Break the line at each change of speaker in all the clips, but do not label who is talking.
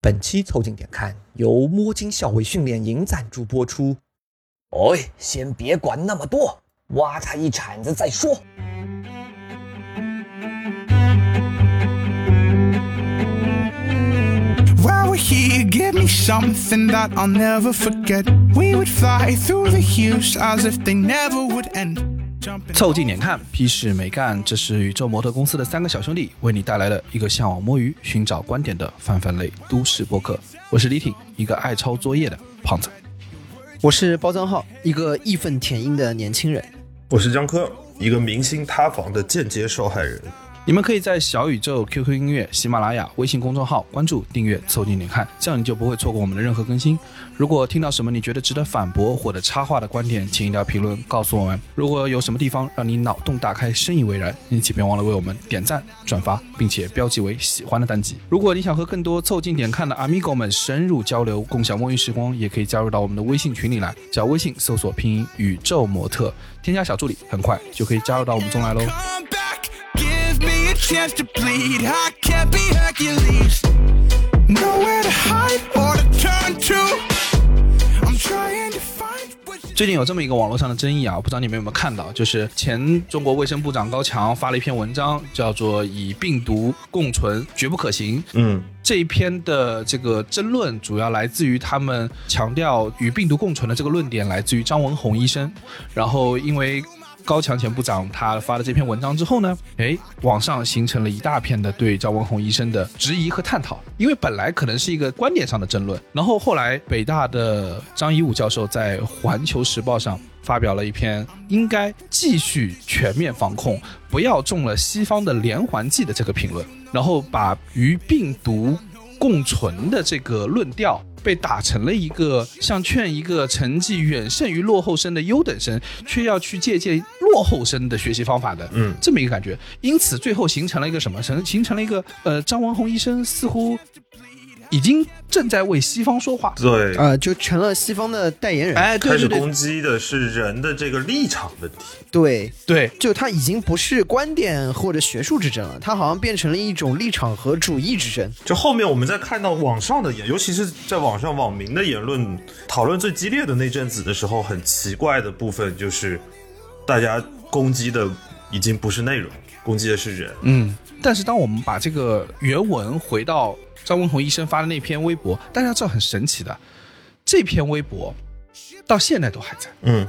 本期凑近点看由摸金校尉训练营赞助播出。哦
哎，先别管那么多，挖他一铲子再说。
While we're here, give me something that I'll never forget. We would fly through the hues as if they never would end. Jumping
凑近点看，屁事没干。这是宇宙模特公司的三个小兄弟为你带来的一个向往摸鱼、寻找观点的泛泛类都市播客。我是李挺，一个爱抄作业的胖子。
我是包装浩，一个义愤填膺的年轻人。
我是江科，一个明星塌房的间接受害人。
你们可以在小宇宙、QQ 音乐、喜马拉雅、微信公众号关注、订阅、凑近点看，这样你就不会错过我们的任何更新。如果听到什么你觉得值得反驳或者插话的观点，请一定要评论告诉我们。如果有什么地方让你脑洞大开、深以为然，你请别忘了为我们点赞、转发，并且标记为喜欢的单集。如果你想和更多凑近点看的 Amigo 们深入交流，共享摸鱼时光，也可以加入到我们的微信群里来。只要微信搜索拼音宇宙模特，添加小助理，很快就可以加入到我们中来喽。
Come back, give me a chance to bleed. I can't be Hercules. Nowhere to hide or to turn to. I'm trying to find what you
最近有这么一个网络上的争议啊，我不知道你们有没有看到，就是前中国卫生部长高强发了一篇文章，叫做《以病毒共存绝不可行》。
嗯，
这一篇的这个争论主要来自于他们强调与病毒共存的这个论点来自于张文宏医生，然后因为。高强前部长他发了这篇文章之后呢，诶，网上形成了一大片的对张文宏医生的质疑和探讨，因为本来可能是一个观点上的争论，然后后来北大的张一武教授在《环球时报》上发表了一篇应该继续全面防控，不要中了西方的连环计的这个评论，然后把与病毒共存的这个论调被打成了一个像劝一个成绩远胜于落后生的优等生，却要去借鉴落后生的学习方法的，
嗯
这么一个感觉。因此，最后形成了一个什么？形形成了一个呃，张文宏医生似乎已经正在为西方说话。
对，
呃，就成了西方的代言人。
哎，对
开始
对对
攻击的是人的这个立场问题。
对，
对，
就他已经不是观点或者学术之争了，他好像变成了一种立场和主义之争。
就后面我们在看到网上的言，尤其是在网上网民的言论讨论最激烈的那阵子的时候，很奇怪的部分就是，大家攻击的已经不是内容，攻击的是人。
嗯，但是当我们把这个原文回到张文宏医生发的那篇微博，大家知道很神奇的，这篇微博到现在都还在。
嗯，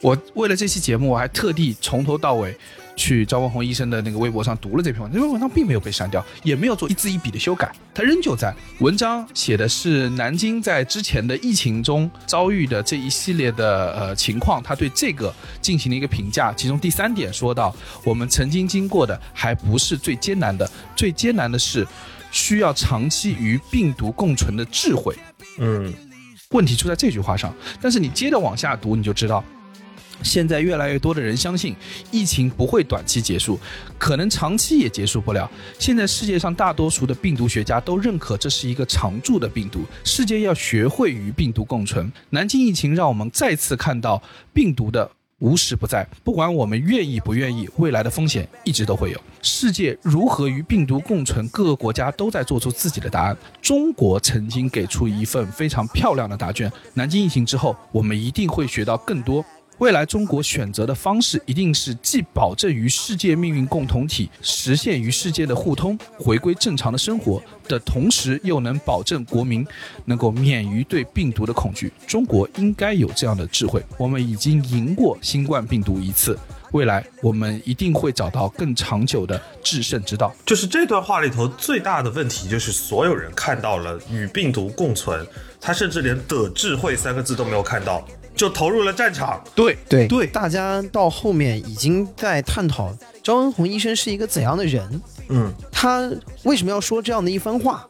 我为了这期节目，我还特地从头到尾去张文宏医生的那个微博上读了这篇文章，这篇文章并没有被删掉，也没有做一字一笔的修改，它仍旧在。文章写的是南京在之前的疫情中遭遇的这一系列的呃情况，他对这个进行了一个评价。其中第三点说到，我们曾经经过的还不是最艰难的，最艰难的是需要长期与病毒共存的智慧。
嗯，
问题出在这句话上。但是你接着往下读，你就知道，现在越来越多的人相信疫情不会短期结束，可能长期也结束不了。现在世界上大多数的病毒学家都认可这是一个常驻的病毒，世界要学会与病毒共存。南京疫情让我们再次看到病毒的。无时不在，不管我们愿意不愿意，未来的风险一直都会有。世界如何与病毒共存，各个国家都在做出自己的答案。中国曾经给出一份非常漂亮的答卷。南京疫情之后，我们一定会学到更多。未来中国选择的方式一定是既保证与世界命运共同体，实现与世界的互通，回归正常的生活的同时，又能保证国民能够免于对病毒的恐惧。中国应该有这样的智慧。我们已经赢过新冠病毒一次，未来我们一定会找到更长久的制胜之道。
就是这段话里头最大的问题，就是所有人看到了与病毒共存，他甚至连“的智慧”三个字都没有看到，就投入了战场。
对
对
对，
大家到后面已经在探讨张文宏医生是一个怎样的人，
嗯，
他为什么要说这样的一番话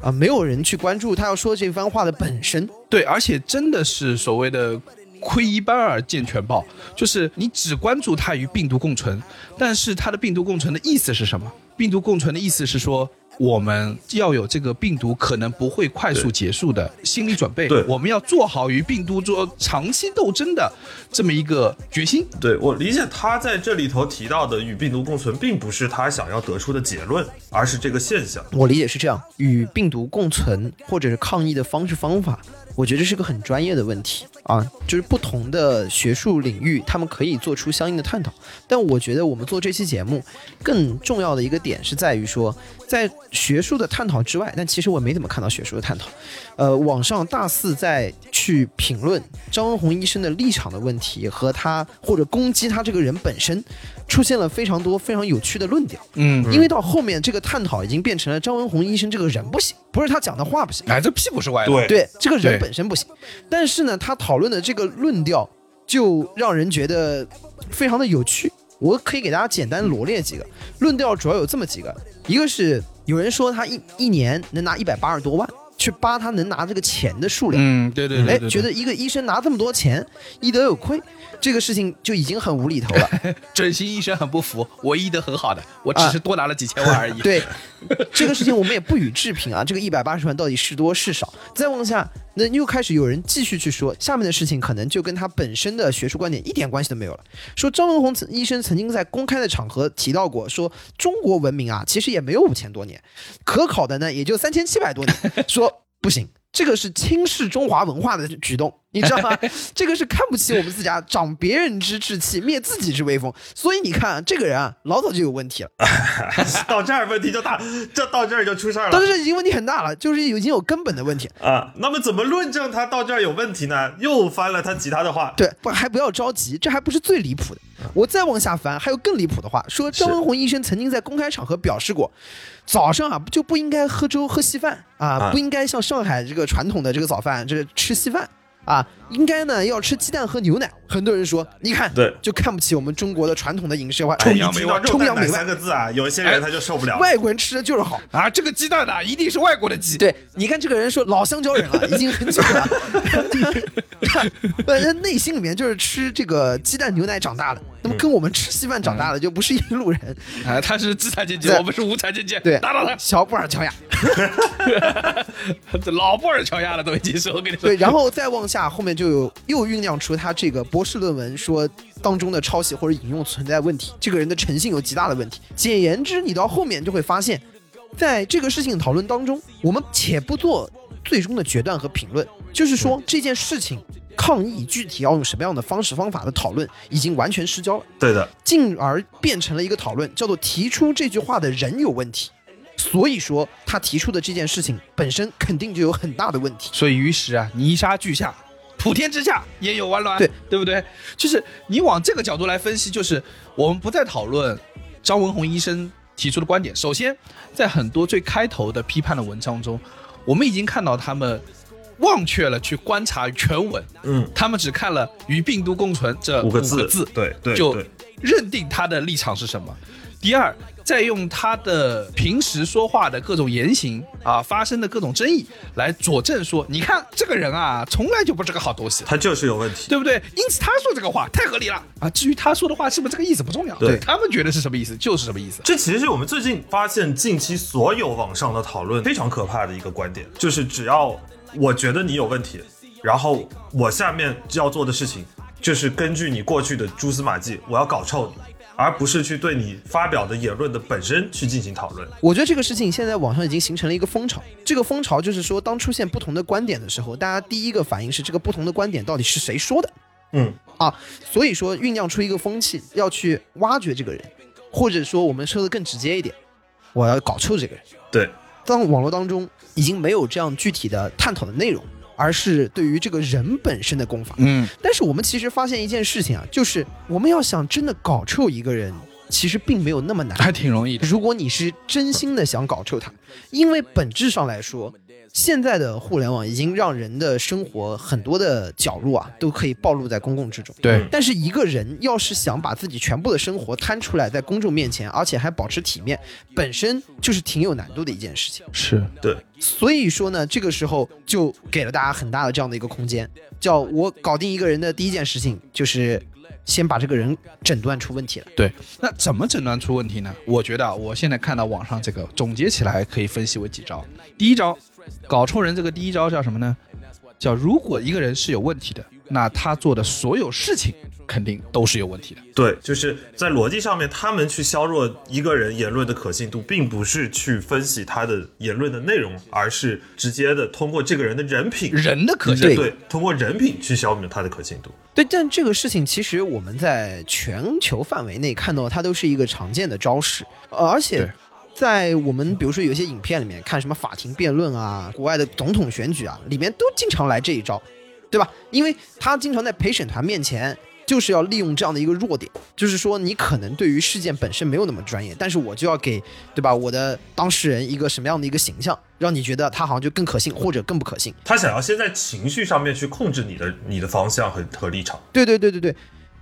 啊？没有人去关注他要说这番话的本身。
对，而且真的是所谓的窥一斑而见全豹，就是你只关注它与病毒共存，但是它的病毒共存的意思是什么？病毒共存的意思是说，我们要有这个病毒可能不会快速结束的心理准备，
对
我们要做好与病毒做长期斗争的这么一个决心。
对我理解，他在这里头提到的与病毒共存，并不是他想要得出的结论，而是这个现象。
我理解是这样，与病毒共存或者是抗疫的方式方法，我觉得这是个很专业的问题啊，就是不同的学术领域，他们可以做出相应的探讨。但我觉得我们做这期节目，更重要的一个点是在于说，在学术的探讨之外，但其实我没怎么看到学术的探讨。呃，网上大肆在去评论张文宏医生的立场的问题和他或者攻击他这个人本身，出现了非常多非常有趣的论调。
嗯，
因为到后面这个探讨已经变成了张文宏医生这个人不行，不是他讲的话不行，
哎，这屁股是歪的。
对
对这个
对
人本身不行。但是呢，他讨论的这个论调就让人觉得非常的有趣。我可以给大家简单罗列几个论调，主要有这么几个：一个是有人说他一一年能拿一百八十多万，去扒他能拿这个钱的数量。
嗯，对对对
哎
对，，
觉得一个医生拿这么多钱，医德有亏，这个事情就已经很无厘头了。
整形医生很不服，我医得很好的，我只是多拿了几千万而已。
啊对，这个事情我们也不予置评啊。这个一百八十万到底是多是少？再往下，那又开始有人继续去说下面的事情，可能就跟他本身的学术观点一点关系都没有了。说张文宏曾医生曾经在公开的场合提到过，说中国文明啊，其实也没有五千多年，可考的呢也就三千七百多年。说不行。这个是轻视中华文化的举动，你知道吗？ 这个是看不起我们自家，长别人之志气，灭自己之威风。所以你看啊，这个人啊，老早就有问题了。
到这儿问题就大，这到这儿就 出事儿
但
了
是这已经问题很大了，就是已经有根本的问题。
啊。那么怎么论证他到这儿有问题呢？又翻了他其他的话。
对，不还不要着急，这还不是最离谱的。
嗯
我再往下翻，还有更离谱的话，说张文宏医生曾经在公开场合表示过，早上啊就不应该喝粥喝稀饭啊，
啊
不应该像上海这个传统的这个早饭，这个吃稀饭啊，应该呢要吃鸡蛋和牛奶。很多人说，你看，
对
就看不起我们中国的传统的饮食文化，
哎
崇
一
洋媚
提到
外，
肉
崇
蛋
洋
奶
媚
三
外，
个字啊，有一些人他就受不了。
外国人吃的就是好。
啊，这个鸡蛋啊，一定是外国的鸡。
对，你看这个人说老香蕉人了，已经很 久了，本身内心里面就是吃这个鸡蛋牛奶长大的，那么跟我们吃稀饭长大的就不是一路人。
啊，他是资产阶级，
对
我们是无产阶级。
对，
打倒他！
小布尔乔亚。
老布尔乔亚了，都已经是我 跟你说
对，。然后再往下，后面就有又酝酿出他这个博士论文说当中的抄袭或者引用存在问题，这个人的诚信有极大的问题。简言之，你到后面就会发现，在这个事情讨论当中，我们且不做最终的决断和评论，就是说这件事情抗议具体要用什么样的方式方法的讨论，已经完全失焦了。
对的，
进而变成了一个讨论，叫做提出这句话的人有问题。所以说，他提出的这件事情本身肯定就有很大的问题。
所以于是啊，泥沙俱下，普天之下焉有完卵，
对
对不对？就是你往这个角度来分析，就是我们不再讨论张文宏医生提出的观点。首先，在很多最开头的批判的文章中，我们已经看到他们忘却了去观察全文，
嗯，
他们只看了“与病毒共存”这
五
个
个字，
字
对对
就
对，
认定他的立场是什么。第二，再用他的平时说话的各种言行啊，发生的各种争议来佐证说，你看这个人啊，从来就不是个好东西，
他就是有问题。
对不对？因此他说这个话太合理了啊。至于他说的话是不是这个意思不重要，
对
他们觉得是什么意思就是什么意思。
这其实是我们最近发现近期所有网上的讨论非常可怕的一个观点，就是只要我觉得你有问题，然后我下面要做的事情就是根据你过去的蛛丝马迹，我要搞臭你，而不是去对你发表的言论的本身去进行讨论。
我觉得这个事情现在网上已经形成了一个风潮，这个风潮就是说，当出现不同的观点的时候，大家第一个反应是这个不同的观点到底是谁说的
嗯，
啊？所以说酝酿出一个风气，要去挖掘这个人，或者说我们说的更直接一点，我要搞臭这个人。
对，
当网络当中已经没有这样具体的探讨的内容，而是对于这个人本身的攻防。
嗯，
但是我们其实发现一件事情啊，就是我们要想真的搞臭一个人，其实并没有那么难。
还挺容易的。
如果你是真心的想搞臭他，因为本质上来说，现在的互联网已经让人的生活很多的角落啊，都可以暴露在公共之中。
对，
但是一个人要是想把自己全部的生活摊出来在公众面前，而且还保持体面，本身就是挺有难度的一件事情。
是
所以说呢，这个时候就给了大家很大的这样的一个空间，叫我搞定一个人的第一件事情就是先把这个人诊断出问题来。
对，那怎么诊断出问题呢？我觉得啊，我现在看到网上这个总结起来可以分析为几招。第一招，搞臭人这个第一招叫什么呢？叫如果一个人是有问题的，那他做的所有事情肯定都是有问题的。
对，就是在逻辑上面，他们去削弱一个人言论的可信度，并不是去分析他的言论的内容，而是直接的通过这个人的人品，
人的可信
对通过人品去消灭他的可信度。
对，但这个事情其实我们在全球范围内看到，它都是一个常见的招式，呃而
对
且。在我们比如说有一些影片里面看什么法庭辩论啊，国外的总统选举啊，里面都经常来这一招，对吧？因为他经常在陪审团面前就是要利用这样的一个弱点，就是说你可能对于事件本身没有那么专业，但是我就要给对吧我的当事人一个什么样的一个形象，让你觉得他好像就更可信或者更不可信。
他想要先在情绪上面去控制你的你的方向和和立场。
对对对对对。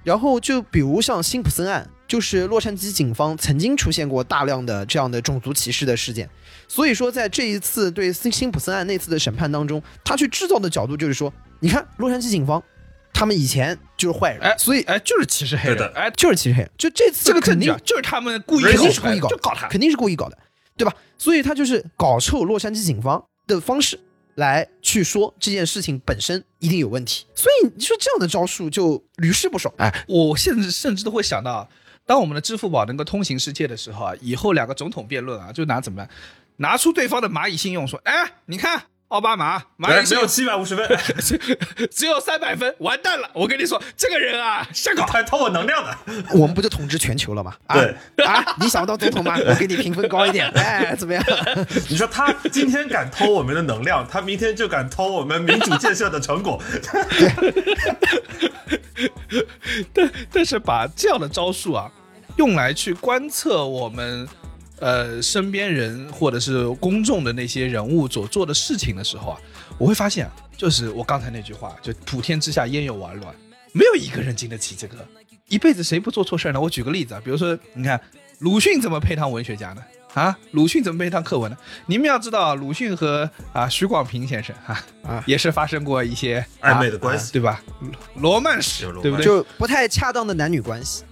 然后就比如像辛普森案，就是洛杉矶警方曾经出现过大量的这样的种族歧视的事件，所以说在这一次对辛辛普森案那次的审判当中，他去制造的角度就是说，你看洛杉矶警方，他们以前就是坏人，
哎，
所以
哎就是歧视黑
对
人
的，
哎，
就是歧视黑人，就这次
这个
肯
证据
定
啊就是他们故意
肯
搞
定是
出
故
来
意
的
搞的，
就搞他。
肯定是故意搞的，对吧？所以他就是搞臭洛杉矶警方的方式来去说这件事情本身一定有问题，所以你说这样的招数就屡试不爽。
哎，我甚至甚至都会想到啊，当我们的支付宝能够通行世界的时候啊，以后两个总统辩论啊，就拿怎么办？拿出对方的蚂蚁信用说，哎，你看奥巴马蚂
哎
蚁，
没
信
有
用
七百五十分，
只有三百分，完蛋了！我跟你说，这个人啊，瞎搞。
他偷我能量的。
我们不就统治全球了吗？啊
对
啊，你想当总统吗？我给你评分高一 点，哎，怎么样？
你说他今天敢偷我们的能量，他明天就敢偷我们民主建设的成果。
但但是把这样的招数啊，用来去观测我们呃身边人或者是公众的那些人物所做的事情的时候啊，我会发现啊，就是我刚才那句话，就普天之下焉有完卵，没有一个人经得起这个。一辈子谁不做错事儿呢？我举个例子啊，比如说，你看鲁迅怎么配当文学家呢？啊，鲁迅怎么配当课文呢？你们要知道啊，鲁迅和啊许广平先生啊
啊
也是发生过一些
暧昧的关系嗯
啊对吧？罗曼史
有罗，曼
对不对？
就不太恰当的男女关系。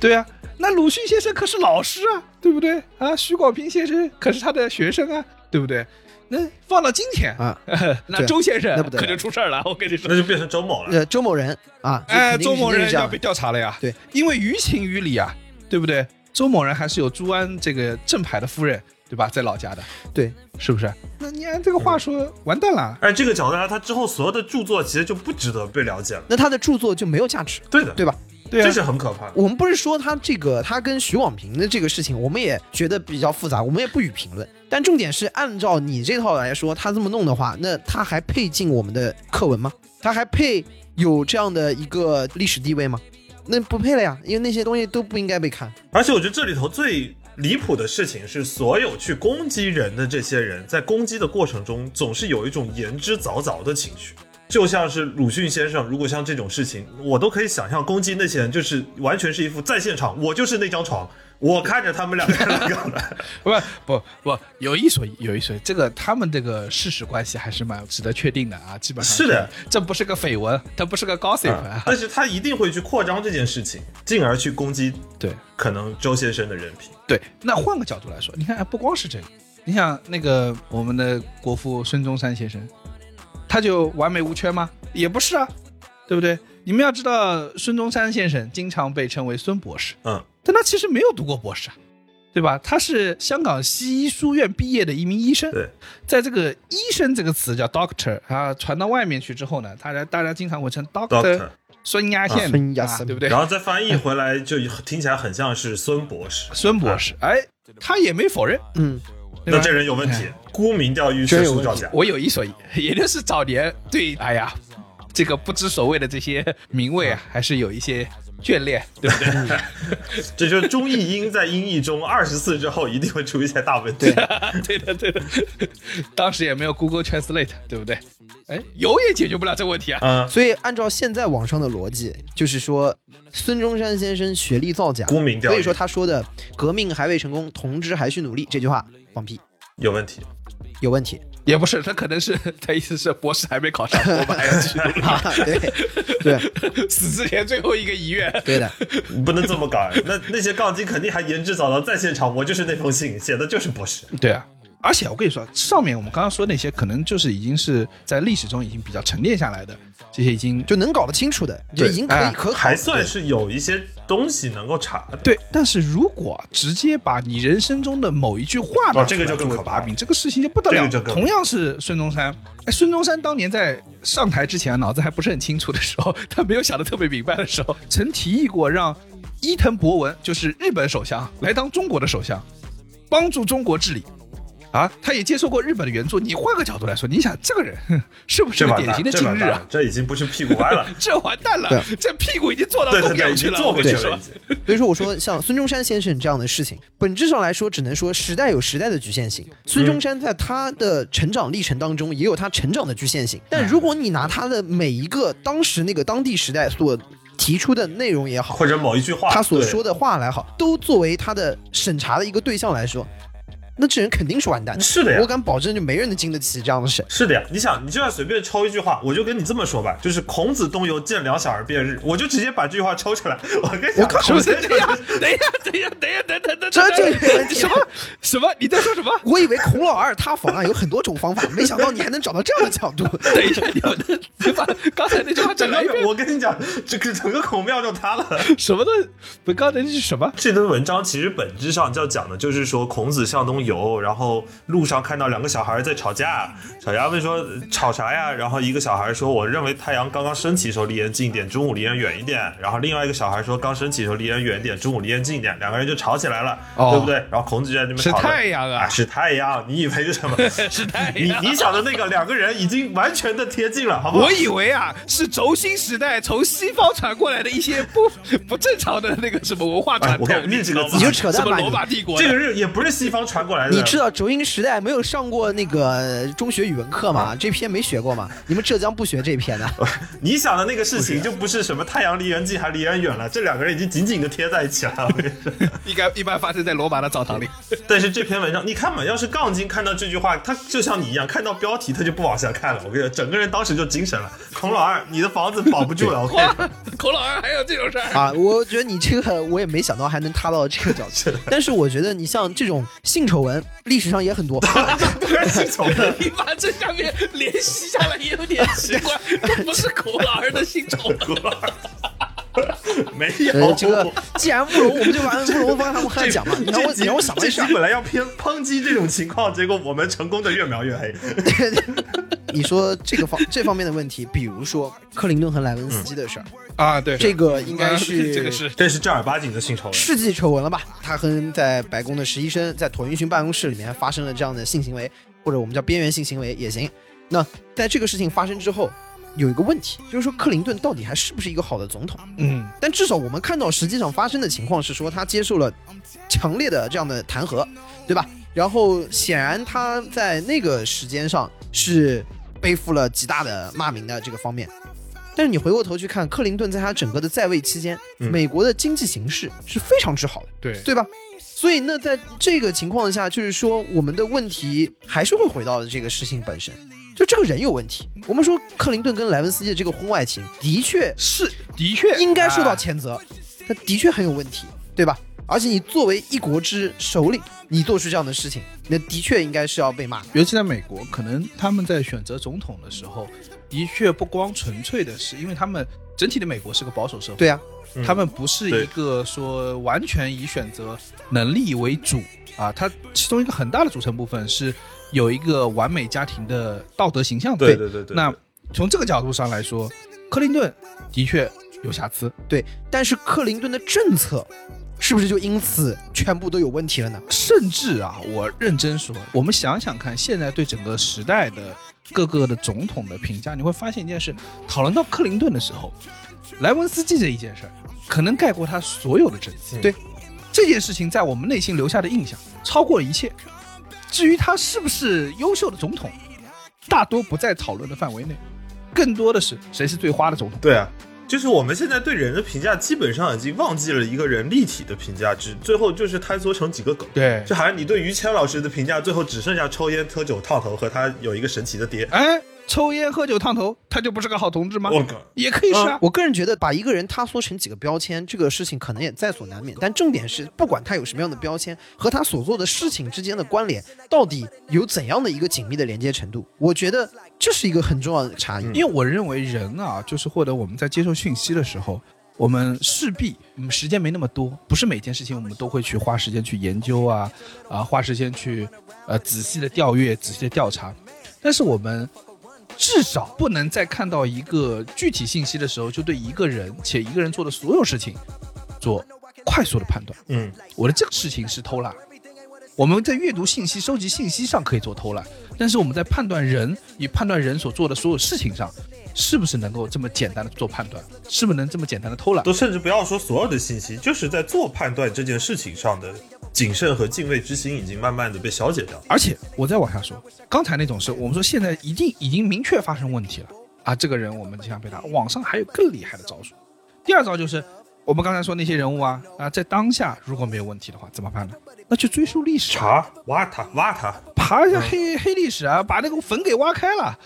对啊，那鲁迅先生可是老师啊，对不对啊？许广平先生可是他的学生啊，对不对？那放到今天
啊，
那
对
周先生
那不得了
可就出事儿了。我跟你说，
那就变成周某了。
呃，周某人啊，就
哎，
肯定
周
是
某人
这
要
样
被。调查了呀。
对，
因为于情于理啊，对不对？周某人还是有朱安这个正牌的夫人，对吧？在老家的，
对，
是不是？那你按这个话说，完蛋了。
哎，这个角度来，他之后所有的著作其实就不值得被了解了。
那他的著作就没有价值，
对的，
对吧？
对啊
这，是很可怕的。
我们不是说他这个他跟徐广平的这个事情，我们也觉得比较复杂，我们也不予评论。但重点是，按照你这套来说，他这么弄的话，那他还配进我们的课文吗？他还配有这样的一个历史地位吗？那不配了呀，因为那些东西都不应该被看。
而且我觉得这里头最离谱的事情是，所有去攻击人的这些人，在攻击的过程中，总是有一种言之凿凿的情绪。就像是鲁迅先生，如果像这种事情，我都可以想象攻击那些人，就是完全是一副在现场，我就是那张床，我看着他们两个人 搞的。
不不不，有一说一，有一说一，这个他们这个事实关系还是蛮值得确定的啊，基本上
是的，
这不是个绯闻，它不是个 gossip 啊，
但是他一定会去扩张这件事情，进而去攻击
对
可能周先生的人品。
对。那换个角度来说，你看，哎不光是这个，你想那个我们的国父孙中山先生，他就完美无缺吗？也不是啊，对不对？你们要知道，孙中山先生经常被称为孙博士，
嗯，
但他其实没有读过博士啊，对吧？他是香港西医书院毕业的一名医生，
对，
在这个“医生”这个词叫 doctor 啊，传到外面去之后呢，大家大家经常会称
Doctor
孙亚
啊
宪，
孙亚
啊
宪
对不对
然？后再翻译回来，就听起来很像是孙博士。
孙博士，
啊
哎，他也没否认，
嗯，
对吧哎
那这人有问题，沽名钓誉，
真
学
有
术
问
造
题
假。
我有一说一， 也就是早年对，哎呀，这个不知所谓的这些名位啊，还是有一些眷恋，对 不对？
这就是中译英在音译中二十次之后一定会出现大问题。
对的，对的，当时也没有 Google Translate，对不对？哎，有也解决不了这个问题啊。
嗯，
所以按照现在网上的逻辑，就是说孙中山先生学历造假，
沽名钓誉
所以说他说的“革命还未成功，同志还需努力”这句话放屁。
有问题。
有问题。
也不是，他可能是他意思是博士还没考 上，我们还要去努力
啊， 对对
死之前最后一个遗愿。
对的，
不能这么搞。 那那些杠精肯定还研制早到在现场，我就是那封信写的就是博士。
对啊，而且我跟你说，上面我们刚刚说那些，可能就是已经是在历史中已经比较沉淀下来的，这些已经
就能搞得清楚的，就已经可以
哎
可考
还算是有一些东西能够查的，
对。但是如果直接把你人生中的某一句话拿
哦这个
出来
就更
作为
可怕
把
了
柄，这个事情就不得了。
这个就更
同样是孙中山，哎，孙中山当年在上台之前脑子还不是很清楚的时候， 他没有想得特别明白的时候，曾提议过让伊藤博文，就是日本首相，来当中国的首相，帮助中国治理。啊，他也接受过日本的援助。你换个角度来说，你想这个人 哼是不是
这
个
完
典
蛋
型的
这
近
完
日
蛋
啊。
了？，这已经不是屁股歪了
这完蛋了，这屁股已经坐到
对
东
对对，
洋
已
去
经
了，
坐回
我
去
跟你说
了，已经。
所以说，我说像孙中山先生这样的事情，本质上来说，只能说时代有时代的局限性。孙中山在他的成长历程当中，也有他成长的局限性。
嗯
但如果你拿他的每一个当时那个当地时代所提出的内容也好，
或者某一句话，
他所
对
说的话来好，都作为他的审查的一个对象来说，那这人肯定是完蛋的。
是的呀
我敢保证，就没人能经得起这样的审。
是的呀，你想，你就算随便抽一句话，我就跟你这么说吧，就是孔子东游，见两小而辩日，我就直接把这句话抽出来。我跟你讲，
是不
孔
是
先
这
生
样？等一下，等一下，等一下，等等等，
这这
等等什么什么？你在说什么？
我以为孔老二塌房啊有很多种方法， 没想到你还能找到这样的角度。
等一下，你们你把刚才那句话 整
整
来一
个
遍，
我跟你讲，这个整个孔庙就塌了。
什么的？不，刚才那是什么？
这篇文章其实本质上要讲的就是说，孔子向东游，然后路上看到两个小孩在吵架，吵架问说呃吵啥呀？然后一个小孩说，我认为太阳刚刚升起的时候离人近一点，中午离人远一点。然后另外一个小孩说，刚升起的时候离人远一点，中午离人近一点，两个人就吵起来了，
哦
对不对？然后孔子就在那边
是
讨论
太阳啊
啊，是太阳，你以为是什么？
是太
你
阳。
你想的那个两个人已经完全的贴近了，好不好？
我以为啊，是轴心时代从西方传过来的一些不 不正常的那个什么文化传
哎我
统
看，
你
你
知
这
道吗
个字你
就扯淡
什么
吧
罗
你
马帝国的
这个日也不是西方传过来的，
你知道轴心时代没有上过那个中学语文课吗？
啊
这篇没学过吗？你们浙江不学这篇的、啊
你想的那个事情就不是什么太阳离人近还离人远了，这两个人已经紧紧的贴在一起 了。我跟你说
应该一般发生在罗马的澡 堂里。
但是这篇文章，你看嘛，要是杠精看到这句话，他就像你一样，看到标题他就不往下看了。我跟你说，整个人当时就精神了。孔老二，你的房子保不住了。我跟你
哇
说，
孔老二还有这种事儿？
啊！我觉得你这个我也没想到还能踏到这个 角度，但是我觉得你像这种性丑闻，历史上也很 多。
不是新手的。
你把这下面联系下来也有点奇怪，这不是孔老二的新宠 吗？
没
呃
有，
这个既然乌龙，我们就按乌龙方向来讲嘛。你让我
这
你
集
让我想到
这
一事
集
儿，
本来要偏抨击这种情况，结果我们成功的越描越 黑。
你说这个方这方面的问题，比如说克林顿和莱文斯基的事儿，
啊，对，
嗯 这个应该
啊
是
这个是
这是正儿八经的性丑闻。
世纪丑闻了吧？他和在白宫的实习生在椭圆形办公室里面发生了这样的性行为，或者我们叫边缘性行为也行。那在这个事情发生之后，有一个问题，就是说克林顿到底还是不是一个好的总统？
嗯，
但至少我们看到实际上发生的情况是说，他接受了强烈的这样的弹劾，对吧？然后显然他在那个时间上是背负了极大的骂名的这个方面。但是你回过头去看，克林顿在他整个的在位期间，
嗯
美国的经济形势是非常之好的，
对
对吧？所以那在这个情况下，就是说我们的问题还是会回到这个事情本身，就这个人有问题。我们说克林顿跟莱文斯基的这个婚外情，的确
是的确
应该受到
啊
谴责，他的确很有问题，对吧？而且你作为一国之首领，你做出这样的事情，那的确应该是要被骂。
尤其在美国，可能他们在选择总统的时候，的确不光纯粹的是，因为他们整体的美国是个保守社会，
对啊，
他们不是一
对
个说完全以选择能力为主啊，它其中一个很大的组成部分是有一个完美家庭的道德形象的。
对对对对，
那从这个角度上来说，克林顿的确有瑕疵，
对。但是克林顿的政策，是不是就因此全部都有问题了呢？
甚至啊，我认真说，我们想想看，现在对整个时代的各个的总统的评价，你会发现一件事：讨论到克林顿的时候，莱文斯基这一件事儿，可能盖过他所有的政绩。对这件事情，在我们内心留下的印象超过一切。至于他是不是优秀的总统，大多不在讨论的范围内，更多的是谁是最花的总统。
对啊，就是我们现在对人的评价，基本上已经忘记了一个人立体的评价，只最后就是坍缩成几个梗。
对
就好像你对于谦老师的评价，最后只剩下抽烟、喝酒、烫头和他有一个神奇的爹。
哎，抽烟喝酒烫头，他就不是个好同志吗？
我靠
也可以是啊。
我个人觉得，把一个人塌缩成几个标签，这个事情可能也在所难免。但重点是，不管他有什么样的标签，和他所做的事情之间的关联，到底有怎样的一个紧密的连接程度？我觉得这是一个很重要的差异。因为
因为我认为人啊，就是或者我们在接受讯息的时候，我们势必嗯时间没那么多，不是每件事情我们都会去花时间去研究啊，啊花时间去呃仔细的调阅、仔细的调查，但是我们。至少不能在看到一个具体信息的时候，就对一个人且一个人做的所有事情做快速的判断。
嗯，
我的这个事情是偷懒。我们在阅读信息、收集信息上可以做偷懒，但是我们在判断人与判断人所做的所有事情上，是不是能够这么简单的做判断？是不是能这么简单的偷懒
都？甚至不要说所有的信息，就是在做判断这件事情上的谨慎和敬畏之心，已经慢慢的被消解掉。
而且我再往下说，刚才那种事，我们说现在一定已经明确发生问题了啊，这个人我们经常被他。网上还有更厉害的招数，第二招就是我们刚才说那些人物啊啊，在当下如果没有问题的话，怎么办呢？那去追溯历史啊，
查挖他挖他，
爬一下黑黑历史啊，把那个坟给挖开了，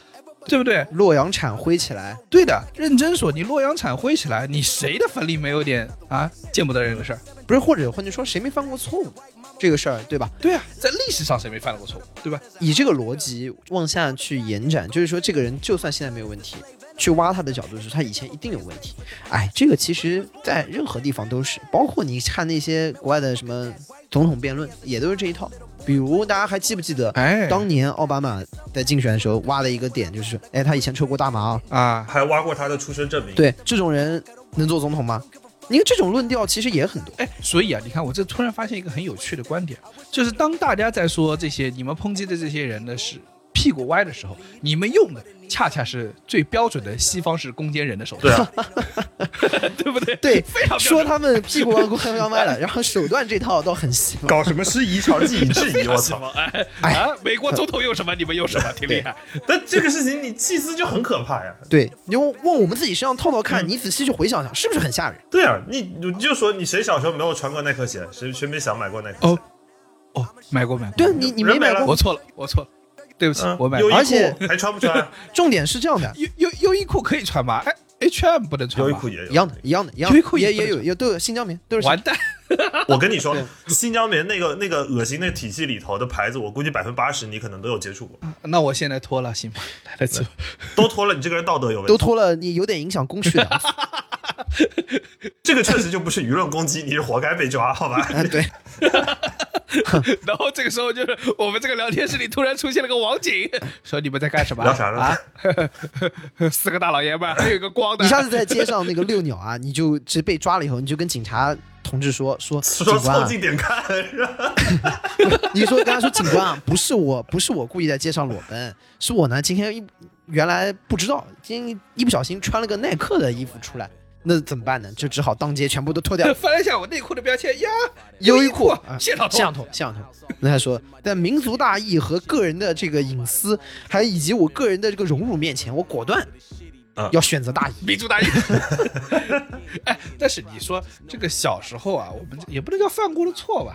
对不对？
洛阳铲灰起来，
对的，认真说，你洛阳铲灰起来，你谁的坟里没有点啊见不得人的事儿？
不是，或者换句说，谁没犯过错误这个事儿，对吧？
对啊，在历史上谁没犯过错误，对吧？
以这个逻辑往下去延展，就是说，这个人就算现在没有问题，去挖他的角度是，他以前一定有问题。哎，这个其实在任何地方都是，包括你看那些国外的什么总统辩论，也都是这一套。比如大家还记不记得，
哎
当年奥巴马在竞选的时候挖了一个点，就是，哎，他以前抽过大麻啊。
啊，
还挖过他的出生证明。，
对，这种人能做总统吗？因为这种论调其实也很多。
哎，所以啊，你看我这突然发现一个很有趣的观点，就是当大家在说这些你们抨击的这些人的是屁股歪的时候，你们用的恰恰是最标准的西方式攻坚人的手
对
段，
啊，
对不对？
对
非常标准
说他们屁股弯弓弯歪了，然后手段这套倒很喜欢。
搞什么师夷长技以 制夷，我
什么
操！
哎啊，美国总统用什么，你们用什 么，挺厉害。
但这个事情你细思就很可怕呀。
对，你就往我们自己身上套套看，你仔细去回想想，是不是很吓人？
对啊，你你就说你谁小时候没有穿过耐克鞋，谁谁没想买过耐克鞋？
哦哦，买过买过，
对啊，你你没
人没
买
了
过
我。错了，我错了，对不起，
嗯
我买
优
了。
衣
而且
库还穿不啊穿？
重点是这样的，
优优优衣库可以穿吧？哎，H&M 不能穿
优
吧？
衣库也有
一样的，一样的，一样
优
的
衣，库
也
也
也
不
有，也都有新疆棉，都是
完蛋，
我跟你说， 新疆棉那个那个恶心那体系里头的牌子，我估计百分之八十你可能都有接触过，
嗯
那我现在脱了 行吗？来得及吗，
都脱了，你这个人道德有问
都
题。
脱了，你有点影响公序的。
这个确实就不是舆论攻击，你是活该被抓，好吧？
嗯，对，
然后这个时候就是我们这个聊天室里突然出现了个网警， 说你们在干什么？
聊啥呢哎
啊？ 四个大老爷们儿，还有一个光的。
你下次在街上那个遛鸟啊，你就直接被抓了以后，你就跟警察同志说说，警
说
官
凑
啊，
近点看，是吧？
你说跟他说警官啊，不是我，不是我故意在街上裸奔，是我呢今天一原来不知道，今天一不小心穿了个耐克的衣服出来，那怎么办呢？就只好当街全部都 脱掉，
翻了一下我内裤的标签呀，
优
衣
衣库
库
啊
现场脱
摄像头，摄像头。那他说，在民族大义和个人的这个隐私，还以及我个人的这个荣辱面前，我果断
啊
要选择大义。
民族大义。 哎，但是你说这个小时候啊，我们也不能叫犯过的错吧？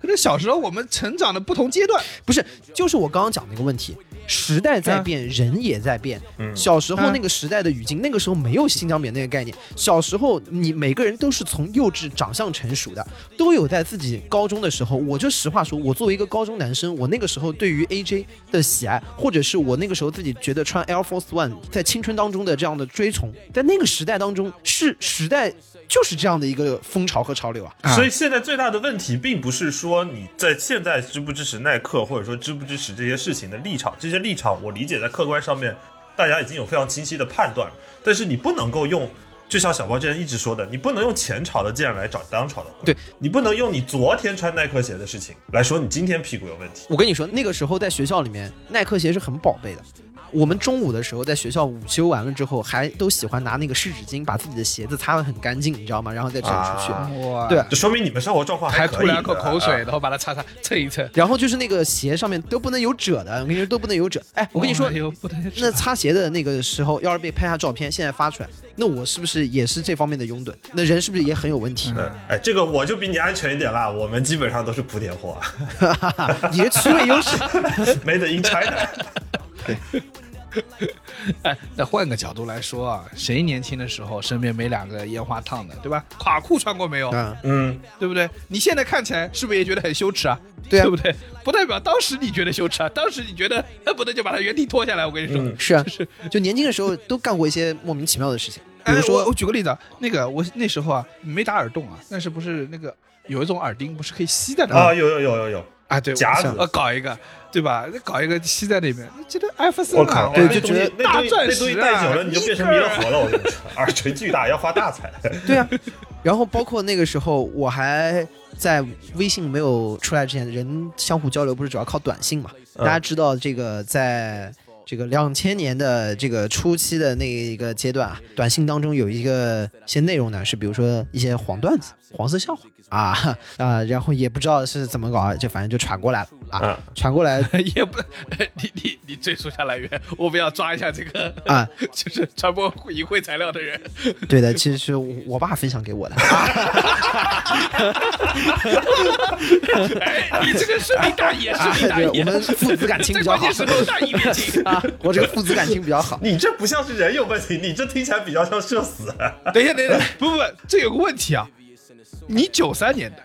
可是小时候我们成长的不同阶段，
不是，就是我刚刚讲那个问题，时代在变，人也在变。小时候那个时代的语境，那个时候没有新疆棉那个概念。小时候你每个人都是从幼稚长相成熟的，都有在自己高中的时候。我就实话说，我作为一个高中男生，我那个时候对于 AJ 的喜爱，或者是我那个时候自己觉得穿 Air Force One 在青春当中的这样的追崇，在那个时代当中，是时代就是这样的一个风潮和潮流啊。
啊
所以现在最大的问题，并不是说你在现在支不支持耐克，或者说支不支持这些事情的立场，这些立场我理解在客观上面，大家已经有非常清晰的判断了。但是你不能够用，就像小包之前一直说的，你不能用前朝的剑来找当朝的棍，
对
你不能用你昨天穿耐克鞋的事情来说你今天屁股有问题。
我跟你说，那个时候在学校里面，耐克鞋是很宝贝的。我们中午的时候在学校午休完了之后，还都喜欢拿那个湿纸巾把自己的鞋子擦得很干净，你知道吗？然后再站出去。
啊
哇
对，
这说明你们生活状况
还
可以
吐两口
的
口水，
啊
然后把它擦擦蹭一蹭。
然后就是那个鞋上面都不能有褶的，我跟你说都不能有褶。哎，我跟你说
哎，呦不能
那擦鞋的那个时候，要是被拍下照片，现在发出来，那我是不是也是这方面的拥趸？那人是不是也很有问题？
嗯哎，这个我就比你安全一点啦，我们基本上都是莆田货啊
你的啊趣味优势，
，Made in China。
哎，那换个角度来说啊，谁年轻的时候身边没两个烟花烫的，对吧？垮裤穿过没有？
嗯，
嗯，
对不对？你现在看起来是不是也觉得很羞耻啊？
对啊
不对？不代表当时你觉得羞耻啊，当时你觉得恨不得就把它原地脱下来。我跟你
嗯
说，
是啊，就年轻的时候都干过一些莫名其妙的事情，比
哎
如
我我
说，
举个例子，啊，那个我那时候啊没打耳洞啊，但是不是那个有一种耳钉不是可以吸在那儿
啊，有有有有有，
啊，对，
夹
我
子
想呃，搞一个，对吧？那搞一个吸在里面，觉得艾弗森
我
啊，
靠，
对
那
就
东
觉
西
得
那东
大
西
钻
那
石
东西
啊
戴久了你就变成弥勒
一
佛了，我 跟你说，耳垂巨大，要发大财。
对啊， 然后包括那个时候我还在微信没有出来之前，人相互交流不是主要靠短信嘛？
嗯
大家知道这个在。这个两千年的这个初期的那一个阶段啊，短信当中有一个一些内容呢，是比如说一些黄段子、黄色笑话啊啊、然后也不知道是怎么搞啊，就反正就传过来了啊，
嗯
传过来
也不，呃你你你追溯下来源，我们要抓一下这个
啊，
就是传播淫秽材料的人。
对的，其实是我我爸分享 给我的。
哎，你这个是你大爷，是你大
对，
爷，
我们父子感情
在
比较
关
好
键时候大义灭亲。
啊，我这个父子感情比较好。
你这不像是人有问题，你这听起来比较像社死。
等一下，等一下，不不不，这有个问题啊，你九三年的。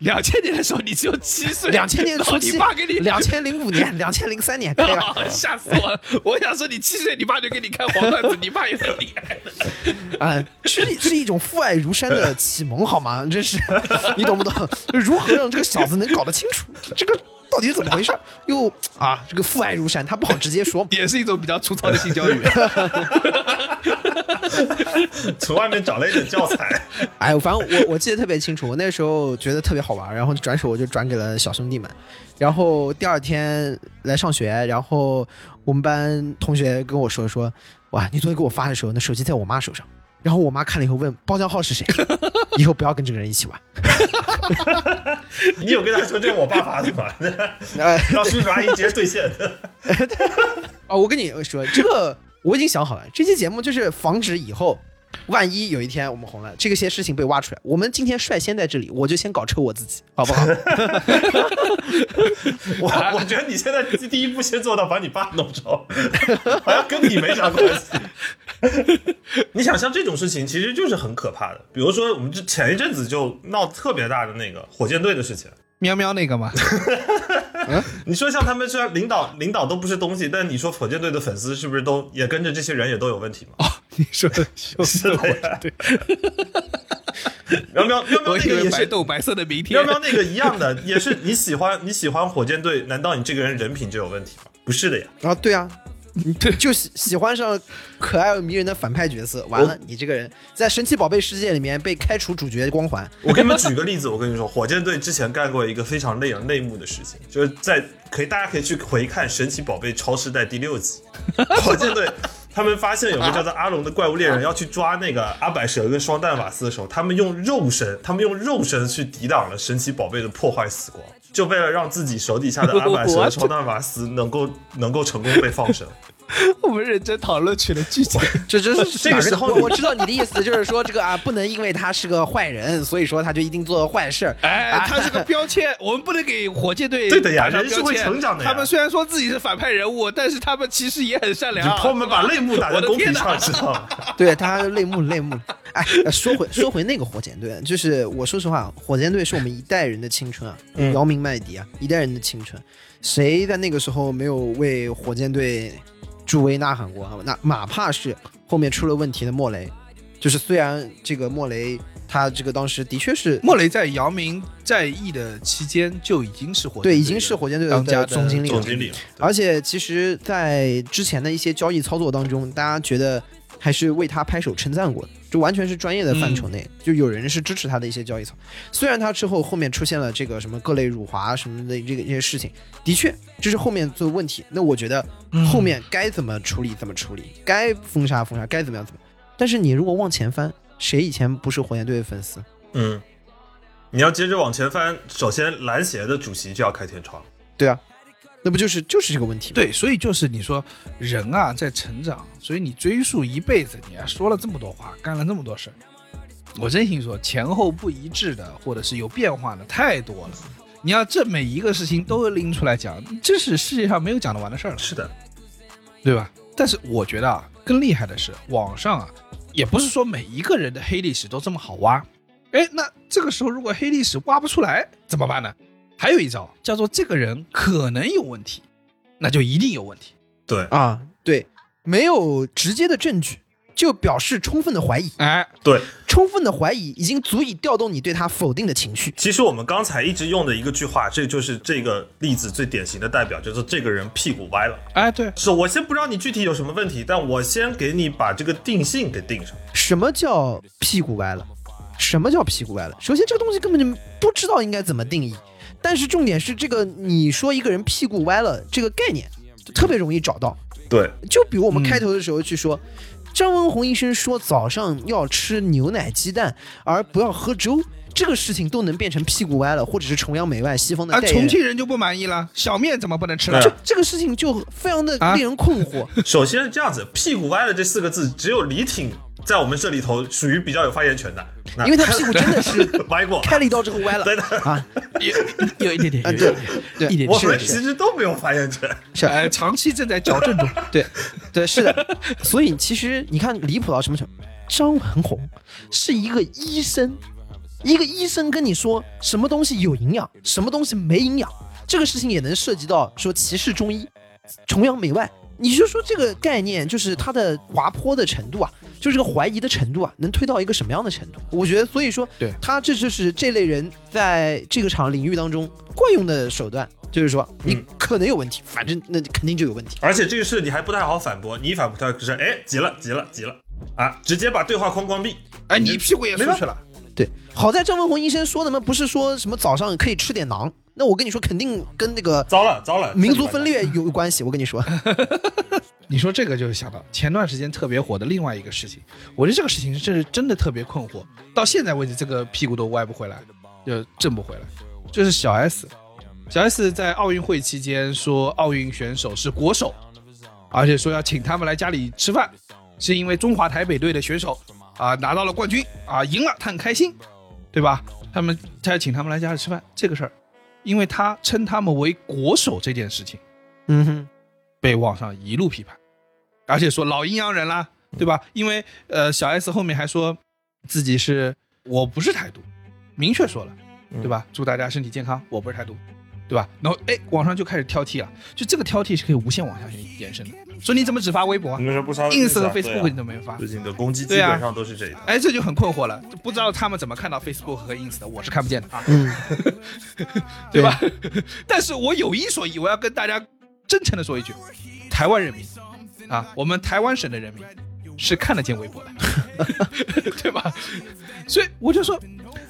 两千年的时候，你只有七 岁，
两千年
然后
初
你
期
爸给你，
两千啊零五年、两千零三年，可以吧？
吓死我了！我想说，你七岁，你爸就给你看黄段子，你爸也是厉害 的。
啊，是是一种父爱如山的启蒙，好吗？真是， 你懂不懂？如何让这个小子能搞得清楚这个到底是怎么回事？又啊，这个父爱如山，他不好直接说。
也是一种比较粗糙的性教育。
从外面找了一点教 材，
哎，反正我我记得特别清楚，我那时候觉得特别好玩，然后转手我就转给了小兄弟们，然后第二天来上学，然后我们班同学跟我说说，哇，你昨天给我发的时候，那手机在我妈手上，然后我妈看了以后问包浆号是谁， 以后不要跟这个人一起玩。
你有跟他说这是我爸发的 吗？
哎，
让叔叔阿姨直接兑现。
啊，我跟你说，这个我已经想好了，这期节目就是防止以后。万一有一天我们红了，这个些事情被挖出来，我们今天率先在这里，我就先搞臭我自己，好不好？
我 我觉得你现在第一步先做到把你爸弄 着，好像跟你没啥关系。 你想像这种事情，其实就是很可怕的。比如说，我们这前一阵子就闹特别大的那个火箭队的事情。
喵喵那个 嘛，
你说像他们虽然领导领导都不是东西，但你说火箭队的粉丝是不是都也跟着这些人也都有问题嘛？
你说的羞
是的呀。喵喵喵喵
我
那
以
个
为
也
白
是。
豆白色的明天
喵。喵那个一样的，也是你喜欢你喜欢火箭队，难道你这个人人品就有问题吗？不是的呀，
啊，对 啊，你就喜喜欢上可爱而迷人的反派角色，完了，你这个人在神奇宝贝世界里面被开除主角光环，
我给你们举个例子，我跟你说，火箭队之前干过一个非常内内幕的事情，就是在可以大家可以去回看《神奇宝贝超世代》第六集，火箭队他们发现有个叫做阿龙的怪物猎人要去抓那个阿百蛇跟双蛋瓦斯的时候，他们用肉身，他们用肉身去抵挡了神奇宝贝的破坏死光，就为了让自己手底下的阿百蛇、
What？
双蛋瓦斯能够能够成功被 放生。
我们认真讨论起了剧 情。
这这是
这个时候
我我知道你的意思，就是说这个啊，不能因为他是个坏人，所以说他就一定做坏事儿。
哎，他是个标签，我们不能给火箭队
对的呀
打上
人是
标签
会成长的呀
他们虽然说自己是反派人物，但是他们其实也很善
你
良。啊
朋友们把泪目打在
我的
公
天
屏
哪
上，知道吗？
对他泪目泪目。哎，说回说回那个火箭队，就是我说实话，火箭队是我们一代人的青春啊，
嗯
姚明、麦迪啊，一代人的青春，谁在那个时候没有为火箭队助威呐喊过啊？那哪怕是后面出了问题的莫雷，就是虽然这个莫雷他这个当时的确是
莫雷在姚明在役的期间就已经是火箭队
对
的
已经是火箭队
当家
的
的
总经理了，
总经理了，
而且其实，在之前的一些交易操作当中，大家觉得还是为他拍手称赞过的，就完全是专业的范畴内，就有人是支持他的一些交易操。虽然他之后后面出现了这个什么各类辱华什么的这个一些事情，的确这是后面做问题。那我觉得
嗯
后面该怎么处理怎么处理，该封杀封杀，该怎么样怎么样。但是你如果往前翻，谁以前不是火箭队的粉丝？
嗯，你要接着往前翻，首先篮协的主席就要开天窗。
对啊，那不就是就是这个问题吗？
对，所以就是你说人啊在成长，所以你追溯一辈子，你啊说了这么多话，干了那么多事儿，我真心说前后不一致的，或者是有变化的太多了。你要这每一个事情都拎出来讲，这是世界上没有讲得完的事儿了，
是的，
对吧？但是我觉得啊，更厉害的是网上啊，也不是说每一个人的黑历史都这么好挖。哎，那这个时候如果黑历史挖不出来怎么办呢？还有一招叫做这个人可能有问题，那就一定有问题。
对
啊，对，没有直接的证据，就表示充分的怀疑。
哎，
对。
充分的怀疑已经足以调动你对他否定的情绪。
其实我们刚才一直用的一个句话，这就是这个例子最典型的代表，就是这个人屁股歪了。
哎，对，
是我先不知道你具体有什么问题，但我先给你把这个定性给定上。
什么叫屁股歪了？什么叫屁股歪了？首先，这个东西根本就不知道应该怎么定义。但是重点是，这个你说一个人屁股歪了这个概念，特别容易找到。
对，
就比如我们开头的时候去说，张文宏医生说早上要吃牛奶鸡蛋，而不要喝粥，这个事情都能变成屁股歪了，或者是崇洋媚外西方的
啊，
代言人。
重庆人就不满意了，小面怎么不能吃呢？
对
这这个事情就非常的
啊
令人 困惑。
首先是这样子，屁股歪了这四个字，只有李挺在我们这里头属于比较有发言权的，那
因为他屁股真的是
歪过。
开了一刀之后 歪了
对的，
啊，
有有一点点，
啊
有一点
对
点。
对，
一点
我
是
们
是
其实都没有发言权。
是
哎，长期正在矫正中。
对 对是的，所以其实你看离谱到什么程度？张文宏是一个医生，一个医生跟你说什么东西有营养，什么东西没营养，这个事情也能涉及到说歧视中医、崇洋媚外。你就说这个概念，就是它的滑坡的程度啊，就是这个怀疑的程度啊，能推到一个什么样的程度？我觉得，所以说，
对
他这就是这类人在这个场领域当中惯用的手段，就是说你可能有问题，反正那肯定就有问题。
而且这个事你还不太好反驳，你一反驳他就是哎急了急了急了啊，直接把对话框关闭。
哎，你屁股也出去了。
对，好在张文宏医生说的嘛，不是说什么早上可以吃点馕，那我跟你说，肯定跟那个
糟了糟了，
民族分裂有关系。我跟你 说，
你说这个就想到前段时间特别火的另外一个事情，我觉得这个事情是真的特别困惑，到现在为止这个屁股都歪不回来，就正不回来，就是小 S。小 S 在奥运会期间说奥运选手是国手，而且说要请他们来家里吃饭，是因为中华台北队的选手啊拿到了冠军啊赢了，他很开心，对吧？他们他要请他们来家里吃饭这个事儿，因为他称他们为国手这件事情。
嗯哼，
被网上一路批判，而且说老阴阳人啦，对吧？因为呃，小 S 后面还说自己是我不是台独，明确说了，对吧？祝大家身体健康，我不是台独，对吧？然后哎，网上就开始挑剔了，就这个挑剔是可以无限往下去延伸的。说你怎么只发微博啊
你为什么不刷
，ins 和
啊
Facebook 你都没有发
最？近的攻击基
对啊
本上都是这一套。
哎，这就很困惑了，不知道他们怎么看到 Facebook 和 ins 的，我是看不见的啊，
嗯，
对吧？ 但是我有一说一，我要跟大家真诚的说一句，台湾人民啊，我们台湾省的人民是看得见微博的， 对吧？所以我就说，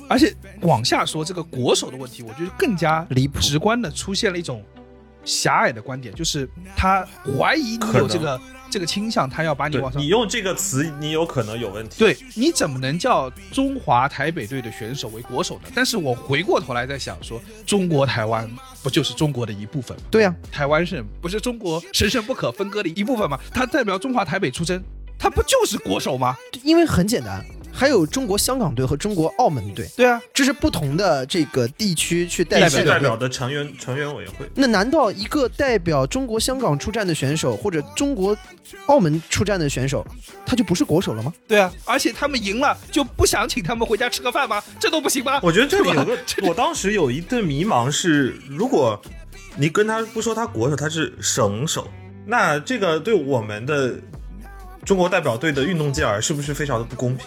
而且往下说这个国手的问题，我觉得更加
离谱
直观的出现了一种狭隘的观点，就是他怀疑你有这个这个倾向，他要把你
对
啊
往上
你。用这个词，你有可能有问题。
对，你怎么能叫中华台北队的选手为国手呢？但是我回过头来在想说，中国台湾不就是中国的一部分吗？
对呀、啊
台湾省不是中国神圣不可分割的一部分吗？他代表中华台北出征，他不就是国手吗？
因为很简单，还有中国香港队和中国澳门队，
对啊，
这是不同的这个地区去代
地
表
区
的
代表的成员成员委员会，
那难道一个代表中国香港出战的选手，或者中国澳门出战的选手，他就不是国手了吗？
对啊，而且他们赢了就不想请他们回家吃个饭吗？这都不行吗？
我觉得这里有个
对吧这，
我当时有一个迷茫是，如果你跟他不说他国手，他是省手，那这个对我们的中国代表队的运动健儿是不是非常的不公平？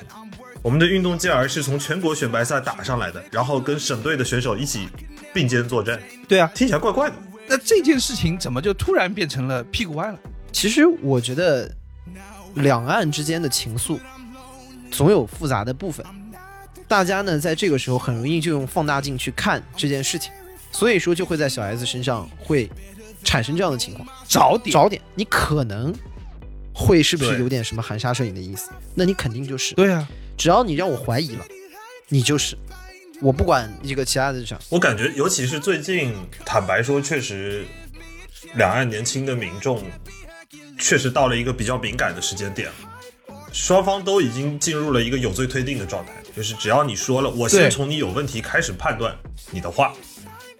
我们的运动健儿是从全国选拔赛打上来的，然后跟省队的选手一起并肩作战，
对啊，
听起来怪怪的。
那这件事情怎么就突然变成了屁股歪了？
其实我觉得两岸之间的情愫总有复杂的部分，大家呢在这个时候很容易就用放大镜去看这件事情，所以说就会在小 S 身上会产生这样的情况。
找点
找点，你可能会是不是
对
有点什么含沙射影的意思？那你肯定就是，
对啊，
只要你让我怀疑了，你就是。我不管这个其他的事情，
我感觉，尤其是最近，坦白说，确实，两岸年轻的民众确实到了一个比较敏感的时间点，双方都已经进入了一个有罪推定的状态，就是只要你说了，我
对
先从你有问题开始判断你的话，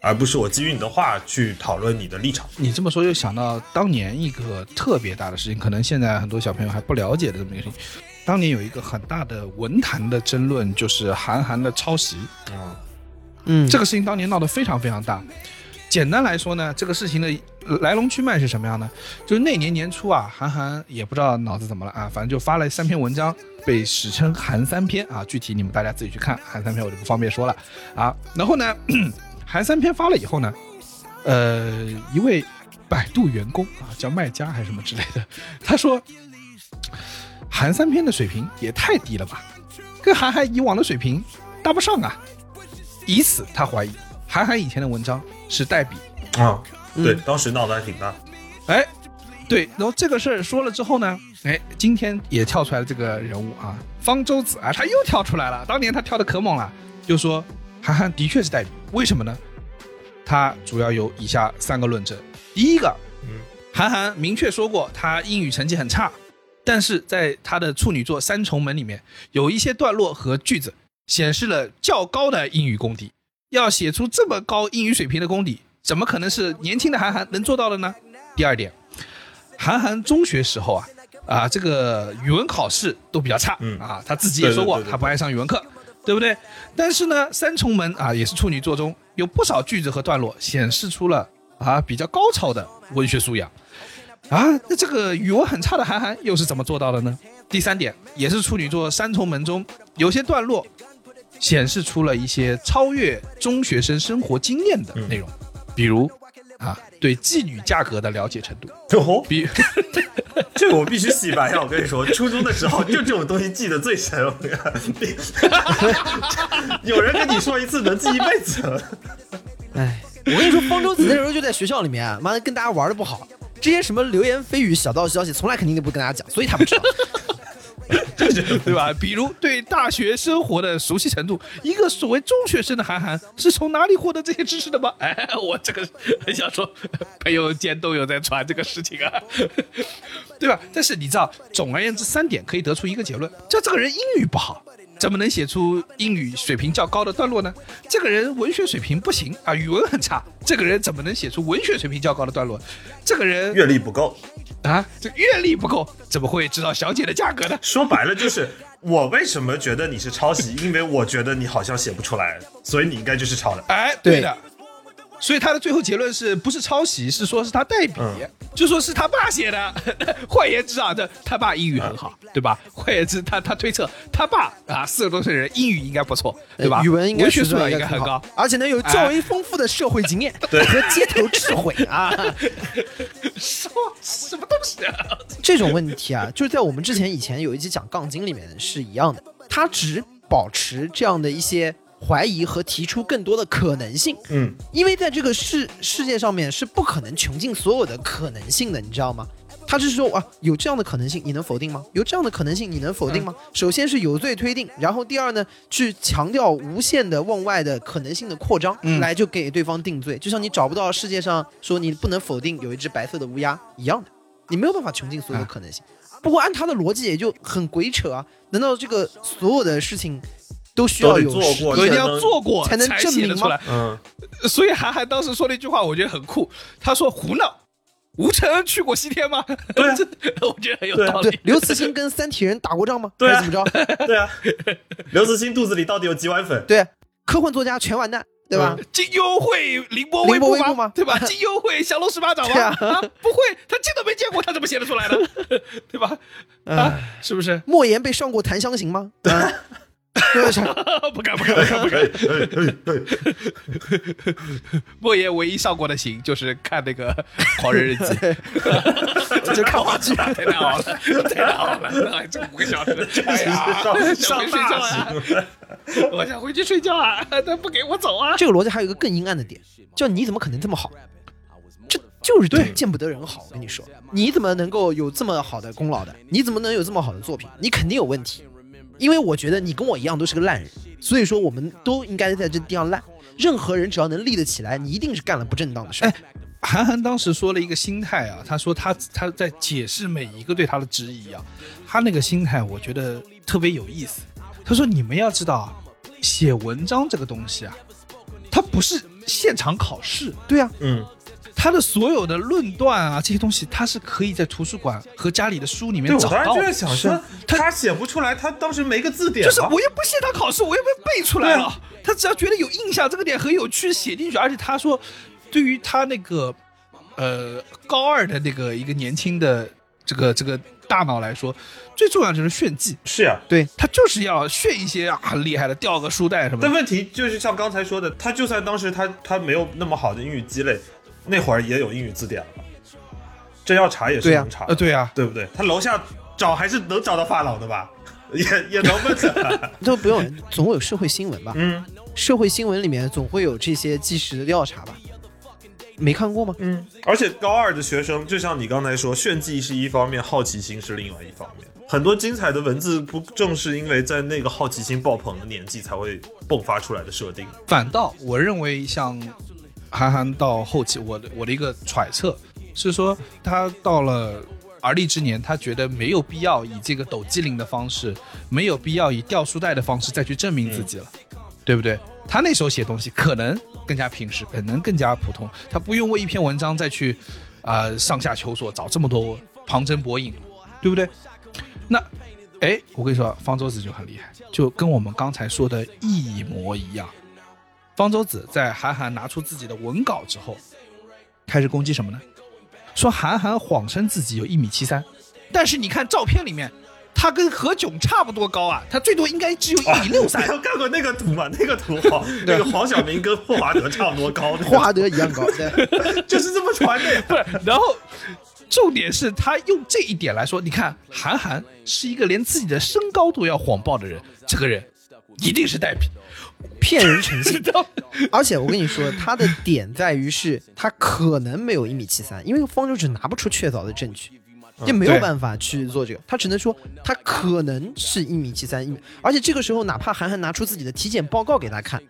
而不是我基于你的话去讨论你的立场。
你这么说就想到当年一个特别大的事情，可能现在很多小朋友还不了解的这么一个事情。当年有一个很大的文坛的争论，就是韩寒的抄袭。
嗯，
嗯，
这个事情当年闹得非常非常大。简单来说呢，这个事情的呃来龙去脉是什么样呢？就是那年年初啊，韩寒也不知道脑子怎么了啊，反正就发了三篇文章，被史称“韩三篇”啊，具体你们大家自己去看，“韩三篇”我就不方便说了啊。然后呢， 韩三篇发了以后呢，呃，一位百度员工啊，叫卖家还是什么之类的，他说，韩三篇的水平也太低了吧，跟韩寒以往的水平搭不上啊。以此他怀疑韩寒以前的文章是代笔。
啊、对
嗯，
当时闹得还挺大。
哎，对，然后这个事儿说了之后呢，哎，今天也跳出来了这个人物啊，方舟子啊，他又跳出来了。当年他跳的可猛了，就说韩寒的确是代笔，为什么呢？他主要有以下三个论证：第一个，
嗯
韩寒明确说过他英语成绩很差，但是在他的处女作《三重门》里面，有一些段落和句子显示了较高的英语功底。要写出这么高英语水平的功底，怎么可能是年轻的韩寒能做到的呢？第二点，韩寒中学时候啊啊，这个语文考试都比较差、
嗯
啊，他自己也说过
对对对对
他不爱上语文课，对不对？但是呢，《三重门》啊也是处女作中有不少句子和段落显示出了啊比较高超的文学素养。啊，那这个语文很差的韩寒又是怎么做到的呢？第三点也是处女座《三重门》中有些段落显示出了一些超越中学生生活经验的内容，比如啊对妓女价格的了解程度，
哦，
比
这个我必须洗白啊呀！我跟你说，初中的时候就这种东西记得最深。我跟你说 有人跟你说一次能记一辈子。
哎，我跟你说，方舟子那时候就在学校里面啊，妈的跟大家玩的不好，这些什么流言蜚语、小道消息，从来肯定都不跟大家讲，所以他不知道。
对吧？比如对大学生活的熟悉程度，一个所谓中学生的韩寒是从哪里获得这些知识的吗？哎，我这个很想说，朋友间都有在传这个事情啊， 对吧？但是你知道，总而言之，三点可以得出一个结论：就这个人英语不好。怎么能写出英语水平较高的段落呢？这个人文学水平不行啊，语文很差。这个人怎么能写出文学水平较高的段落？这个人
阅历不够，
啊，这阅历不够，怎么会知道小姐的价格呢？
说白了就是我为什么觉得你是抄袭， 因为我觉得你好像写不出来，所以你应该就是抄的。
哎，
对
对的。所以他的最后结论是不是抄袭？是说是他代笔，
嗯
就说是他爸写的。 换言之啊，这他爸英语很好，
嗯
对吧？换言之，他他推测他爸啊，四十多岁人英语应该不错， 对吧？
哎语文应该
文学素
水准
养
应
应
该
该很
挺好
高。，
而且呢有较为丰富的社会 经验和街头智慧啊。
什么什么东西、啊？
这种问题啊，就是在我们之前以前有一期讲杠精里面是一样的，他只保持这样的一些怀疑和提出更多的可能性，
嗯，
因为在这个世世界上面是不可能穷尽所有的可能性的，你知道吗？他只是说啊，有这样的可能性，你能否定吗？有这样的可能性，你能否定吗？
嗯
首先是有罪推定，然后第二呢，去强调无限的往外的可能性的扩张，
嗯
来就给对方定罪。就像你找不到世界上说你不能否定有一只白色的乌鸦一样的，你没有办法穷尽所有的
哎
可能性。不过按他的逻辑也就很鬼扯啊！难道这个所有的事情都需要
都得
有
做
实
过
我一定
才
要
能
做过
才能
才
证
写
明
得
吗
出来。
嗯，
所以韩寒当时说了一句话，我觉得很酷，他说：“胡闹，吴承恩去过西天吗？”对、这 我觉得很有
对啊
道理
啊对。，刘慈欣跟三体人打过仗吗？
对啊
还是怎么着？
对啊，刘慈欣肚子里到底有几碗 粉？
对，科幻作家全完蛋，对吧？
金优惠凌波
凌
步
波微步吗
对 吧？金优惠降龙十八掌吗？
对啊
不会，他见都没见过，他怎么写得出 来的？对吧？啊，是不是？
莫言被上过檀香刑吗？啊， 对想
不敢不敢 不敢
哎
不敢！莫言唯一上过的刑就是看那个 《狂人日 记》
就看话 剧，
太难熬了，太难熬了！这五个小时，哎 呀，想回去睡觉啊！我想回去睡觉啊！他不给我走啊！
这个逻辑还有一个更阴暗的点，叫你怎么可能这么好？这就是对见不得人好。我跟你说，你怎么能够有这么好的功劳的？你怎么能有这么好的作品？你肯定有问题。因为我觉得你跟我一样都是个烂人，所以说我们都应该在这地上烂。任何人只要能立得起来，你一定是干了不正当的事。哎，
韩寒当时说了一个心态啊，他说他他在解释每一个对他的质疑啊，他那个心态我觉得特别有意思。他说你们要知道啊，写文章这个东西啊，它不是现场考试，
对啊，
嗯，
他的所有的论断啊这些东西，他是可以在图书馆和家里的书里
对
面
我
找
当时
到
就
的。
在想说，他写不出来，他当时没个字典
就
吧，
是我又不现场考试，我又被背出来了。他只要觉得有印象，这个点很有趣，写进去。而且他说，对于他那个呃高二的那个一个年轻的这个这个大脑来说，最重要就是炫技，
是啊呀、
对，
他就是要炫一些啊很厉害的，掉个书袋什么
但
的。
问题就是像刚才说的，他就算当时他他没有那么好的英语积累，那会儿也有英语字典了，真要查也是
对呀
能查的，
呃，对啊，
对不对？他楼下找还是能找到发廊的吧， 也也能问的。
都不用，总会有社会新闻吧？
嗯，
社会新闻里面总会有这些纪实的调查吧？没看过吗？
嗯，而且高二的学生，就像你刚才说，炫技是一方面，好奇心是另外一方面。很多精彩的文字，不正是因为在那个好奇心爆棚的年纪才会迸发出来的设定？
反倒我认为像韩寒到后期，我的我的一个揣测是说，他到了而立之年，他觉得没有必要以这个抖机灵的方式，没有必要以掉书袋的方式再去证明自己了，对不对？他那时候写东西可能更加平实，可能更加普通，他不用为一篇文章再去呃上下求索，找这么多旁征博引了，对不对？那哎，我跟你说，方舟子就很厉害，就跟我们刚才说的一模一样。方舟子在韩寒拿出自己的文稿之后，开始攻击什么呢？说韩寒谎称自己有一米七三，但是你看照片里面，他跟何炅差不多高啊，他最多应该只有一米 六三
没。有看过那个图吗？那个图好，那个黄晓明跟霍华德差不多高，
霍华德一样高，对，
就是这么传的呀。
不是， 然后重点是他用这一点来说，你看韩寒是一个连自己的身高都要谎报的人，这个人一定是代笔，
骗人诚 信
知。道吗？
而且我跟你说，他的点在于是他可能没有一米七三，因为方舟只拿不出确凿的证据，也没有
对
办法去做这个，他只能说他可能是一米七三，一米。而且这个时候，哪怕韩寒拿出自己的体检报告给他看，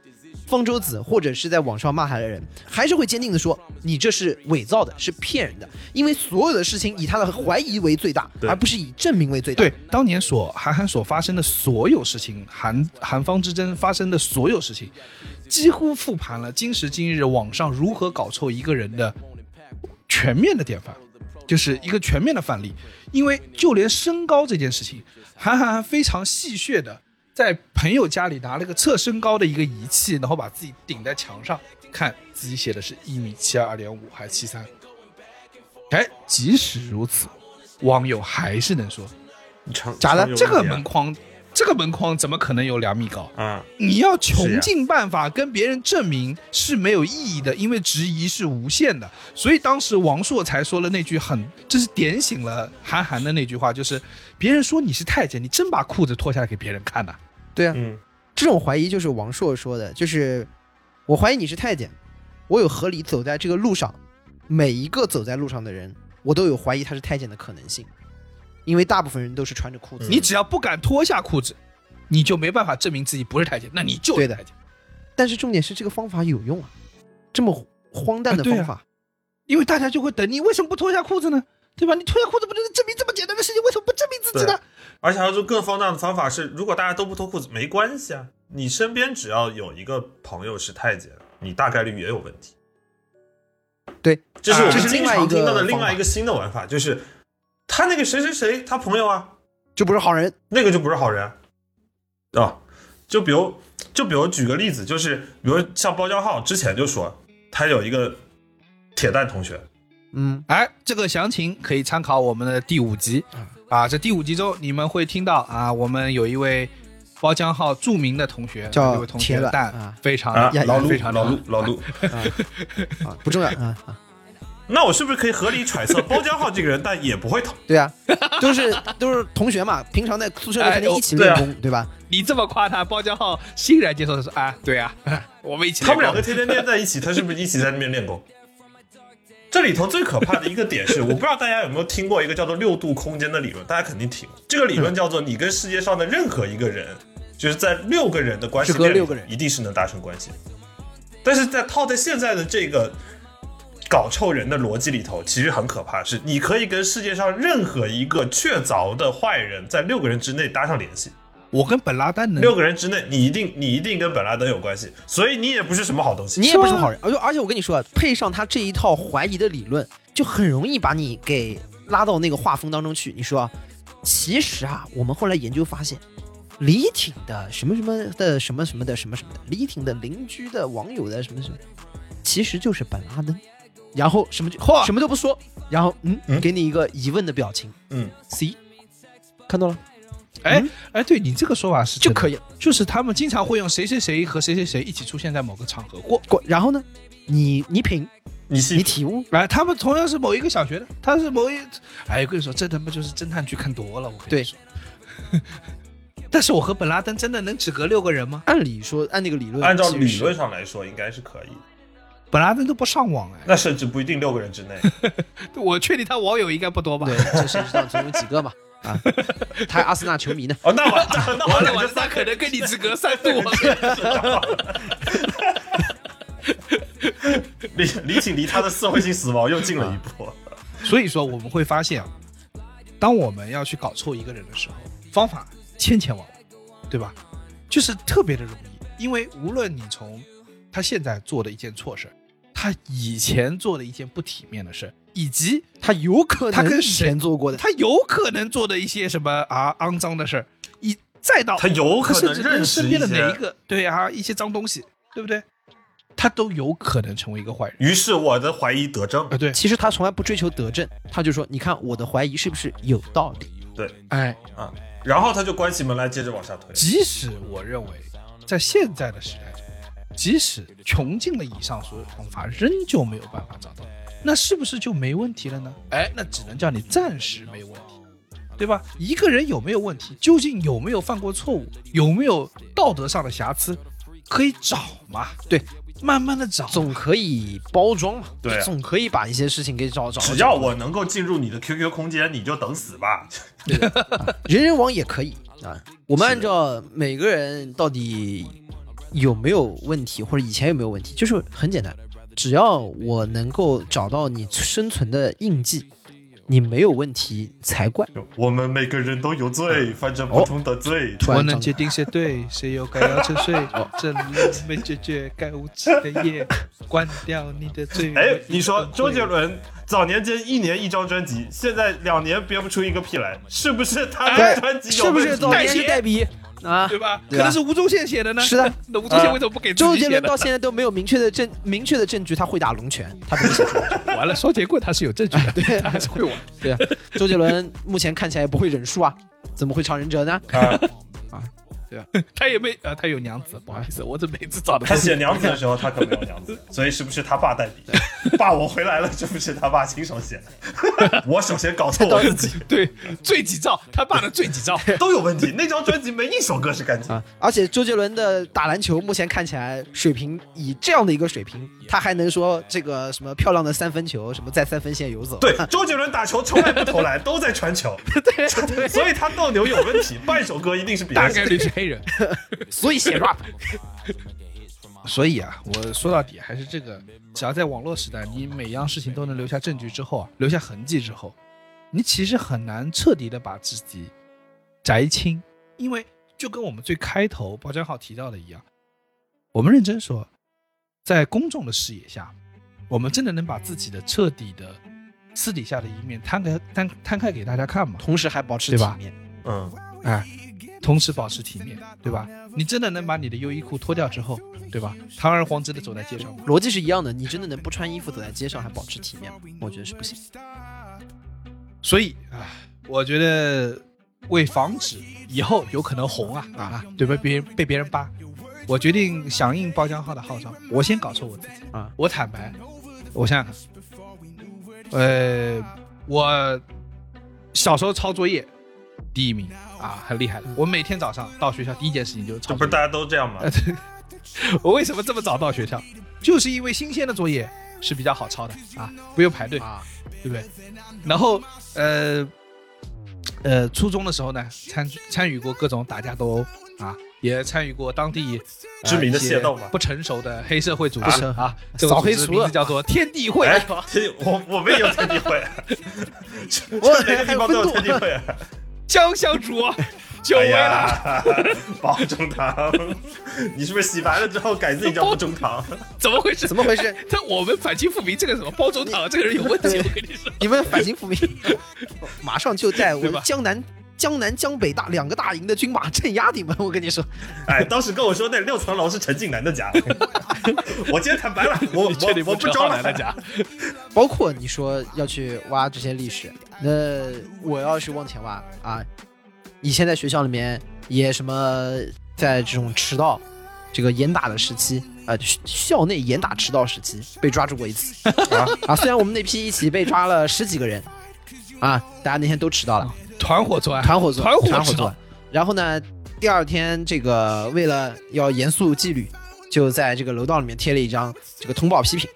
方舟子或者是在网上骂他的人，还是会坚定的说你这是伪造的，是骗人的，因为所有的事情以他的怀疑为最大，
对
而不是以证明为最大。
对，当年所韩寒所发生的所有事情，韩韩方之争发生的所有事情，几乎复盘了今时今日网上如何搞臭一个人的全面的典范，就是一个全面的范例。因为就连身高这件事情，韩寒还非常戏谑的在朋友家里拿了个测身高的一个仪器，然后把自己顶在墙上，看自己写的是一米七二点五还是七三。哎，即使如此，网友还是能说
假
啊
这个门框，这个门框怎么可能有两米高？
啊，
你要
是
穷
呀
尽办法跟别人证明是没有意义的，因为质疑是无限的。所以当时王朔才说了那句很，这是点醒了韩寒的那句话，就是别人说你是太监，你真把裤子脱下来给别人看呐、
对啊，
嗯，
这种怀疑就是王朔说的，就是我怀疑你是太监，我有合理走在这个路上，每一个走在路上的人，我都有怀疑他是太监的可能性，因为大部分人都是穿着裤子。
你只要不敢脱下裤子，你就没办法证明自己不是太监，那你就
对
是
的
太监，
但是重点是这个方法有用啊，这么荒诞
啊
的
对啊
方法，
因为大家就会等你为什么不脱下裤子呢？对吧？你脱下裤子不就是证明这么简单的事情，为什么不证明自己呢？
而且还有一种更放荡的方法是，如果大家都不脱裤子，没关系啊，你身边只要有一个朋友是太监，你大概率也有问题。
对，啊
这是我
这
们
是
经
另外一
常听到
个
的另
方
外
法
一个新的玩法，就是他那个谁谁谁，他朋友啊，
就不是好人。
那个就不是好人啊、哦就比如，就比如举个例子，就是比如像包浆浩之前就说他有一个铁蛋同学，
嗯，
哎，这个详情可以参考我们的第五集啊。这第五集中你们会听到啊，我们有一位包江浩著名的同学
叫
有位同学
铁卵
蛋
啊，
非常
啊，
呀
老
呀
陆
非常
老陆老陆，
啊，不重要啊啊，
那我是不是可以合理揣测包江浩这个人，但也不会投？
对啊，都是 都是同学嘛，平常在宿舍里
哎
肯定
哦
一起
对
练
啊
功，对吧？
你这么夸他，包江浩欣然接受的说啊，对啊， 我们一起
他
练
们
功。
两个天天练在一起，他是不是一起在那边练功？ 这里头最可怕的一个点是，我不知道大家有没有听过一个叫做六度空间的理论，大家肯定听。这个理论叫做你跟世界上的任何一个人，就是在六个人的关系
只隔
链里
六个人
一定是能达成关系的。但是在套在现在的这个搞臭人的逻辑里头，其实很可怕，是你可以跟世界上任何一个确凿的坏人在六个人之内搭上联系。
我跟本拉丹能
六个人之内，你一定你一定跟本拉登有关系，所以你也不是什么好东西。
你也不是好人，而且而且我跟你说，配上他这一套怀疑的理论，就很容易把你给拉到那个画风当中去。你说，啊，其实啊，我们后来研究发现，李挺的什么什么的什么什么的什么什么的，李挺的邻居的网友的什么什么，其实就是本拉登。然后什么就
嚯
什么都不说，然后嗯，
嗯
给你一个疑问的表情
嗯，
，C，看到了
哎哎，对你这个说法是
就
真的
可以了。
就是他们经常会用谁谁谁和谁谁谁一起出现在某个场合过。
过然后呢，你你品，
你
你
信？
体悟，
哎，他们同样是某一个小学的，他是某一，哎，我跟你说，这他妈就是侦探剧看多了，我跟你
对
说。但是我和本拉登真的能只隔六个人吗？
按理说按那个理论，
按照
其实
理
是
论上来说，应该是可以，
本拉登都不上网哎，
那甚至不一定六个人之内。
我确定他网友应该不多吧？
对，这谁知道总有几个嘛？啊，他还阿森纳球迷呢。
哦，那完蛋了，那完
的
了，
晚
就三
上可能跟你只隔三度。啊
李李挺离他的社会性死亡又近了一步。
所以说我们会发现啊，当我们要去搞臭一个人的时候，方法千千万万，对吧？就是特别的容易，因为无论你从他现在做的一件错事儿，他以前做的一件不体面的事儿，以及
他有可能
他跟
以
谁
前做过的，
他有可能做的一些什么啊肮脏的事儿，以再到
他有可
甚
能
至
认
跟
识
身边的
一些
哪一个对啊一些脏东西，对不对？他都有可能成为一个坏人
于是我的怀疑得证
啊、，对，
其实他从来不追求德政，他就说：“你看我的怀疑是不是有道理
对
哎，
啊，然后他就关起门来接着往下推。
即使我认为在现在的时代中，即使穷尽了以上所有方法，仍旧没有办法找到，那是不是就没问题了呢？哎，那只能叫你暂时没问题。对吧？一个人有没有问题，究竟有没有犯过错误，有没有道德上的瑕疵，可以找嘛？
对，
慢慢的找。？”
总可以包装嘛，
对啊
总可以把一些事情给找找。
只要我能够进入你的 QQ 空间，你就等死吧。
人人网也可以啊。我们按照每个人到底有没有问题，或者以前有没有问题，就是很简单，只要我能够找到你生存的印记，你没有问题才 怪。
我们每个人都有罪，犯着不同的罪。
突
我
然
能
长
决定谁对，谁又该要沉 睡。这里没解决该无知的夜，关掉你的嘴。
哎，你说周杰伦早年间一年一张专辑，现在两年憋不出一个屁来，是不是他的专辑有
是不哎是
问题
早年是
代
代笔 啊？
对吧？可
对啊
能是吴宗宪写的呢。
是的，
那吴宗宪为什么不给自己
周杰
写
伦
呢
到现在都没有明确的证 明确的证据，他会打龙拳，他不是
完了，双节棍他是有证 据的，
对
他还是会玩。
对啊。周杰伦目前看起来也不会忍术啊，怎么会超忍者呢？
啊，
啊他也没呃，他有娘子，不好意思，我这每次找的
他
都是
写娘子的时候，他可没有娘子，所以是不是他爸代 笔？爸，我回来了，是不是他爸亲手写的？我首先搞错我自己，
对罪己诏，他爸的罪己诏。
都有问题。那张专辑没一首歌是干净。
啊，而且周杰伦的打篮球目前看起来水平以这样的一个水平，他还能说这个什么漂亮的三分球，什么在三分线游走，
对，周杰伦打球从来不投篮，都在传球，
对对，
所以他斗牛有问题。半首歌一定是别
大
人
概
写的。
率是黑人。
所以写 rap
所以啊，我说到底还是这个，只要在网络时代，你每样事情都能留下证据之后啊，留下痕迹之后，你其实很难彻底的把自己摘清，因为就跟我们最开头包江浩提到的一样，我们认真说，在公众的视野下，我们真的能把自己的彻底的私底下的一面摊开摊摊开给大家看吗？
同时还保持
对
体
吧
面，
嗯，
哎，同时保持体面，对吧？你真的能把你的优衣库脱掉之后，对吧？堂而皇之的走在街上吗。
逻辑是一样的。你真的能不穿衣服走在街上还保持体面吗？我觉得是不行。
所以啊，我觉得为防止以后有可能红啊啊，对被别人被别人扒，我决定响应包浆号的号召，我先搞错我自己
啊
我坦白，我想想看，呃，我小时候抄作业第一名啊，很厉害的。我每天早上到学校第一件事情就是
这
抄作
不是
业。
大家都这样 吗？
我为什么这么早到学校？就是因为新鲜的作业是比较好抄的啊，不用排队。
啊，
对不对？然后呃呃，初中的时候呢，参参与过各种打架斗殴啊，也参与过当地、呃
知名的
一些
械斗嘛
不成熟的黑社会组织
啊
啊，
扫黑除
除
恶
名字叫做天地会。
哎，这我我们也有天地会， 这
我
这每个地方都有 天地会。
江相主啊，久
哎
违了。
呀，包中堂， 你是不是洗白了之后改自己叫包中堂？
怎么回事？
怎么回事？
但我们反清复明这个什么包总堂这个人有问题，我跟你说。
你们反清 复明，马上就带我
对
们
吧
江南、江南、江北大两个大营的军马镇压你们。我跟你说，
哎，当时跟我说那六层楼是陈近南的家， 我今天坦白了，我
你确定
我我不
招
装
来
了
了家？
包括你说要去挖这些历史，那我要是往前挖啊，以前在学校里面也什么，在这种迟到、这个严打的时期啊、校校内严打迟到时期被抓住过一次啊啊！虽然我们那批一起被抓了十几个人啊，大家那天都迟到了，
团伙作案，
团伙作案
团伙
团伙
知
作
道
案。然后呢，第二天这个为了要严肃纪律，就在这个楼道里面贴了一张这个通报批评。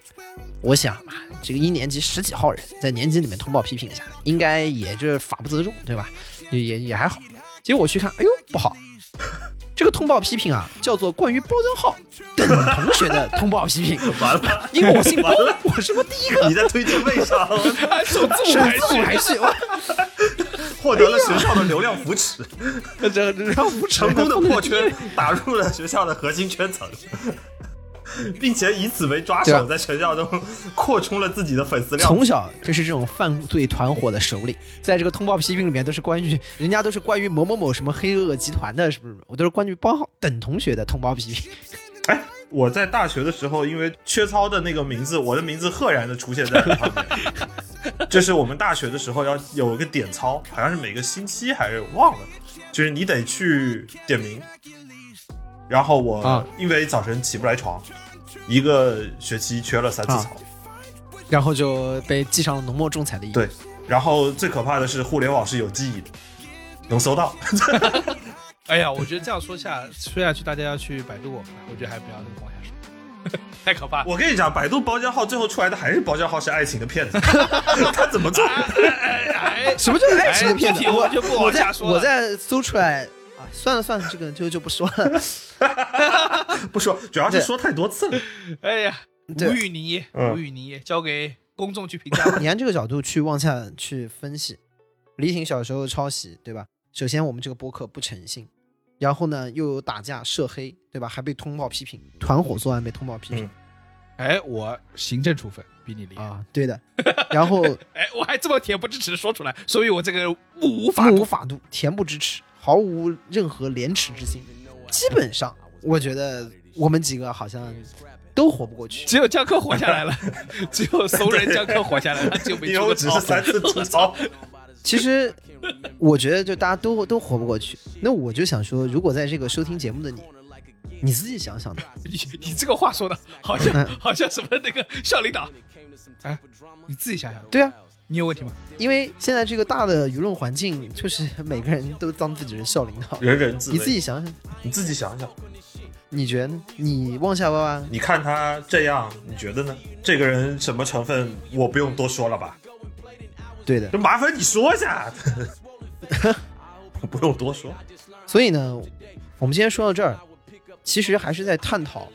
我想啊，这个一年级十几号人在年级里面通报批评一下，应该也就是法不责众，对吧？也也也还好。结果我去看，哎呦不好，这个通报批评啊，叫做关于包浆号等同学的通报批评，
完了，
因为我姓包
完了，
我是不是第 一个
你在推荐 位上
哎手自
是
我还
自我还是哇
获得了学校的流量扶持，
这这这无耻
成功的破圈，打入了学校的核心圈层。并且以此为抓
对啊
手，在学校中扩充了自己的粉丝量。
从小就是这种犯罪团伙的首领，在这个通报批评里面都是关于 人家都是关于某某某什么黑恶集团的，是不是？我都是关于帮号等同学的通报批 评。
哎，我在大学的时候，因为缺操的那个名字，我的名字赫然的出现在了旁边。就是我们大学的时候要有一个点操，好像是每个星期还是忘了，就是你得去点名。然后我、
啊
因为早晨起不来床，一个学期缺了三
啊
次操。
然后就被记上了浓墨重彩的一笔。
对，然后最可怕的是互联网是有记忆的，能搜到。
哎呀，我觉得这样说下说下去，大家要去百度我们了，我觉得还不要往下说， 太可怕了。
我跟你讲，百度包浆号最后出来的还是包浆号是爱情的骗子， 他怎么做？
哎，
什么叫爱情的骗子？
哎这题我就不往
在
下说了
我在搜出来啊，算了算了，这个就就不说 了。
不说，主要是
对
说太多次了。
哎呀，
对
无语凝噎，
嗯
无语凝噎，交给公众去评价。
你按这个角度去往下去分析，李挺小时候抄袭，对吧？首先我们这个播客不诚信，然后呢又有打架涉黑，对吧？还被通报批评，团伙作案被通报批评。
嗯
哎，我行政处分比你厉害。
啊，对 的。然后
哎，我还这么恬不知耻地说出来，所以我这个目无法
目无
度。
法度，恬不知耻，毫无任何廉耻之心。基本上，我觉得我们几个好像都活不过去。
只有江科活下 来了，只有怂人江科活下来了，他就没
因为
出
我
过
只是三次吐槽，
其实，我觉得就大家都都活不过去。那我就想说，如果在这个收听节目的你，你自己想想吧，
你你这个话说的，好像好像什么那个校领导。哎，你自己想想，
对啊，
你有问题吗？
因为现在这个大的舆论环境，就是每个人都当自己是校领导。
人人自危。
你自己想想，
你自己想想，
你觉得呢？你往下挖挖，
你看他这样，你觉得呢？这个人什么成分，我不用多说了吧？
对的
就。麻烦你说一下。 我不用多说，
所以呢，我们今天说到这儿，其实还是在探讨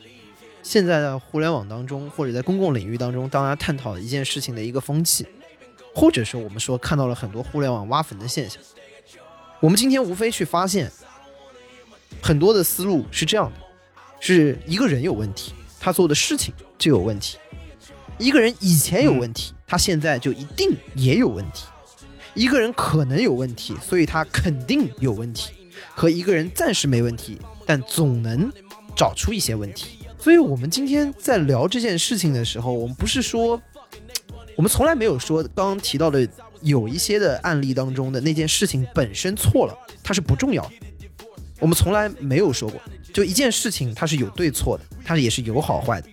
现在的互联网当中，或者在公共领域当中，大家探讨一件事情的一个风气，或者说我们说看到了很多互联网挖坟的现象。我们今天无非去发现，很多的思路是这样的：是一个人有问题，他做的事情就有问题；一个人以前有问题，他现在就一定也有问题；一个人可能有问题，所以他肯定有问题。和一个人暂时没问题，但总能找出一些问题。所以，我们今天在聊这件事情的时候，我们不是说，我们从来没有说刚刚提到的有一些的案例当中的那件事情本身错了，它是不重要的。我们从来没有说过，就一件事情它是有对错的，它也是有好坏的。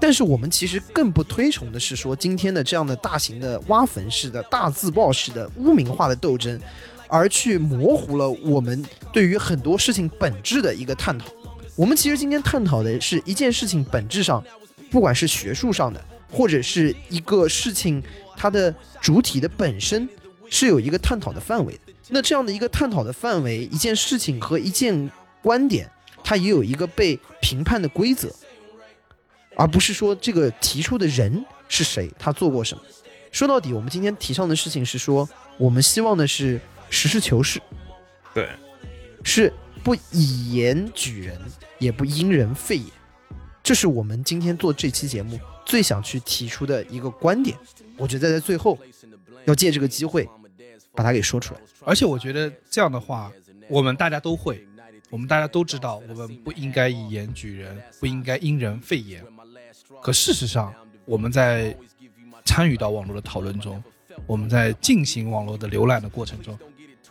但是我们其实更不推崇的是说，今天的这样的大型的挖坟式的、大自爆式的、污名化的斗争，而去模糊了我们对于很多事情本质的一个探讨。我们其实今天探讨的是一件事情本质上，不管是学术上的，或者是一个事情它的主体的本身，是有一个探讨的范围的。那这样的一个探讨的范围，一件事情和一件观点，它也有一个被评判的规则，而不是说这个提出的人是谁，他做过什么。说到底，我们今天提倡的事情是说，我们希望的是实事求是，
对，
是不以言举人，也不因人废也。这是我们今天做这期节目最想去提出的一个观点。我觉得在最后要借这个机会把它给说出来。
而且我觉得这样的话，我们大家都会，我们大家都知道，我们不应该以言举人，不应该因人废言。可事实上，我们在参与到网络的讨论中，我们在进行网络的浏览的过程中，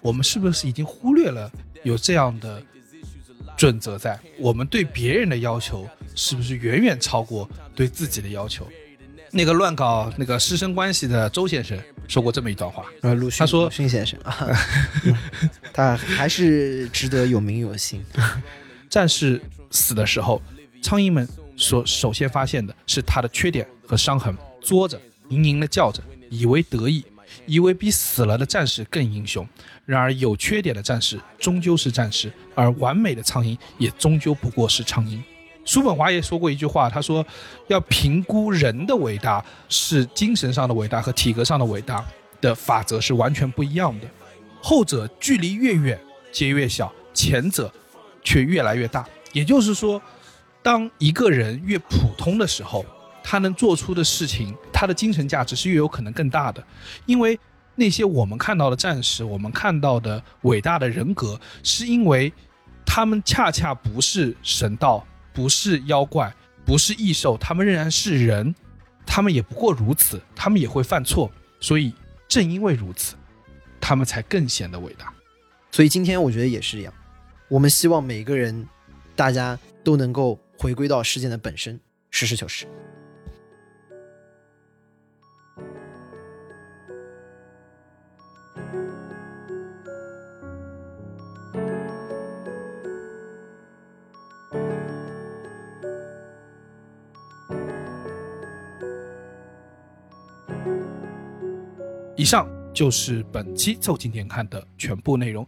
我们是不是已经忽略了有这样的准则在？我们对别人的要求是不是远远超过对自己的要求？那个乱搞那个师生关系的周先生说过这么一段话，
呃，鲁迅，
他说
鲁迅先生啊，嗯 他还是值得有名有姓。
战士死的时候，苍蝇们所首先发现的是他的缺点和伤痕，作着，嘤嘤的叫着，以为得意，以为比死了的战士更英雄。然而，有缺点的战士终究是战士，而完美的苍蝇也终究不过是苍蝇。叔本华也说过一句话，他说：“要评估人的伟大，是精神上的伟大和体格上的伟大的法则是完全不一样的。后者距离越远皆越小，前者却越来越大。也就是说，当一个人越普通的时候，他能做出的事情，他的精神价值是越有可能更大的，因为那些我们看到的战士，我们看到的伟大的人格，是因为他们恰恰不是神道，不是妖怪，不是异兽，他们仍然是人，他们也不过如此，他们也会犯错，所以正因为如此，他们才更显得伟大。
所以今天我觉得也是一样，我们希望每个人，大家都能够回归到事件的本身，实事求是。
以上就是本期《凑近点看》的全部内容，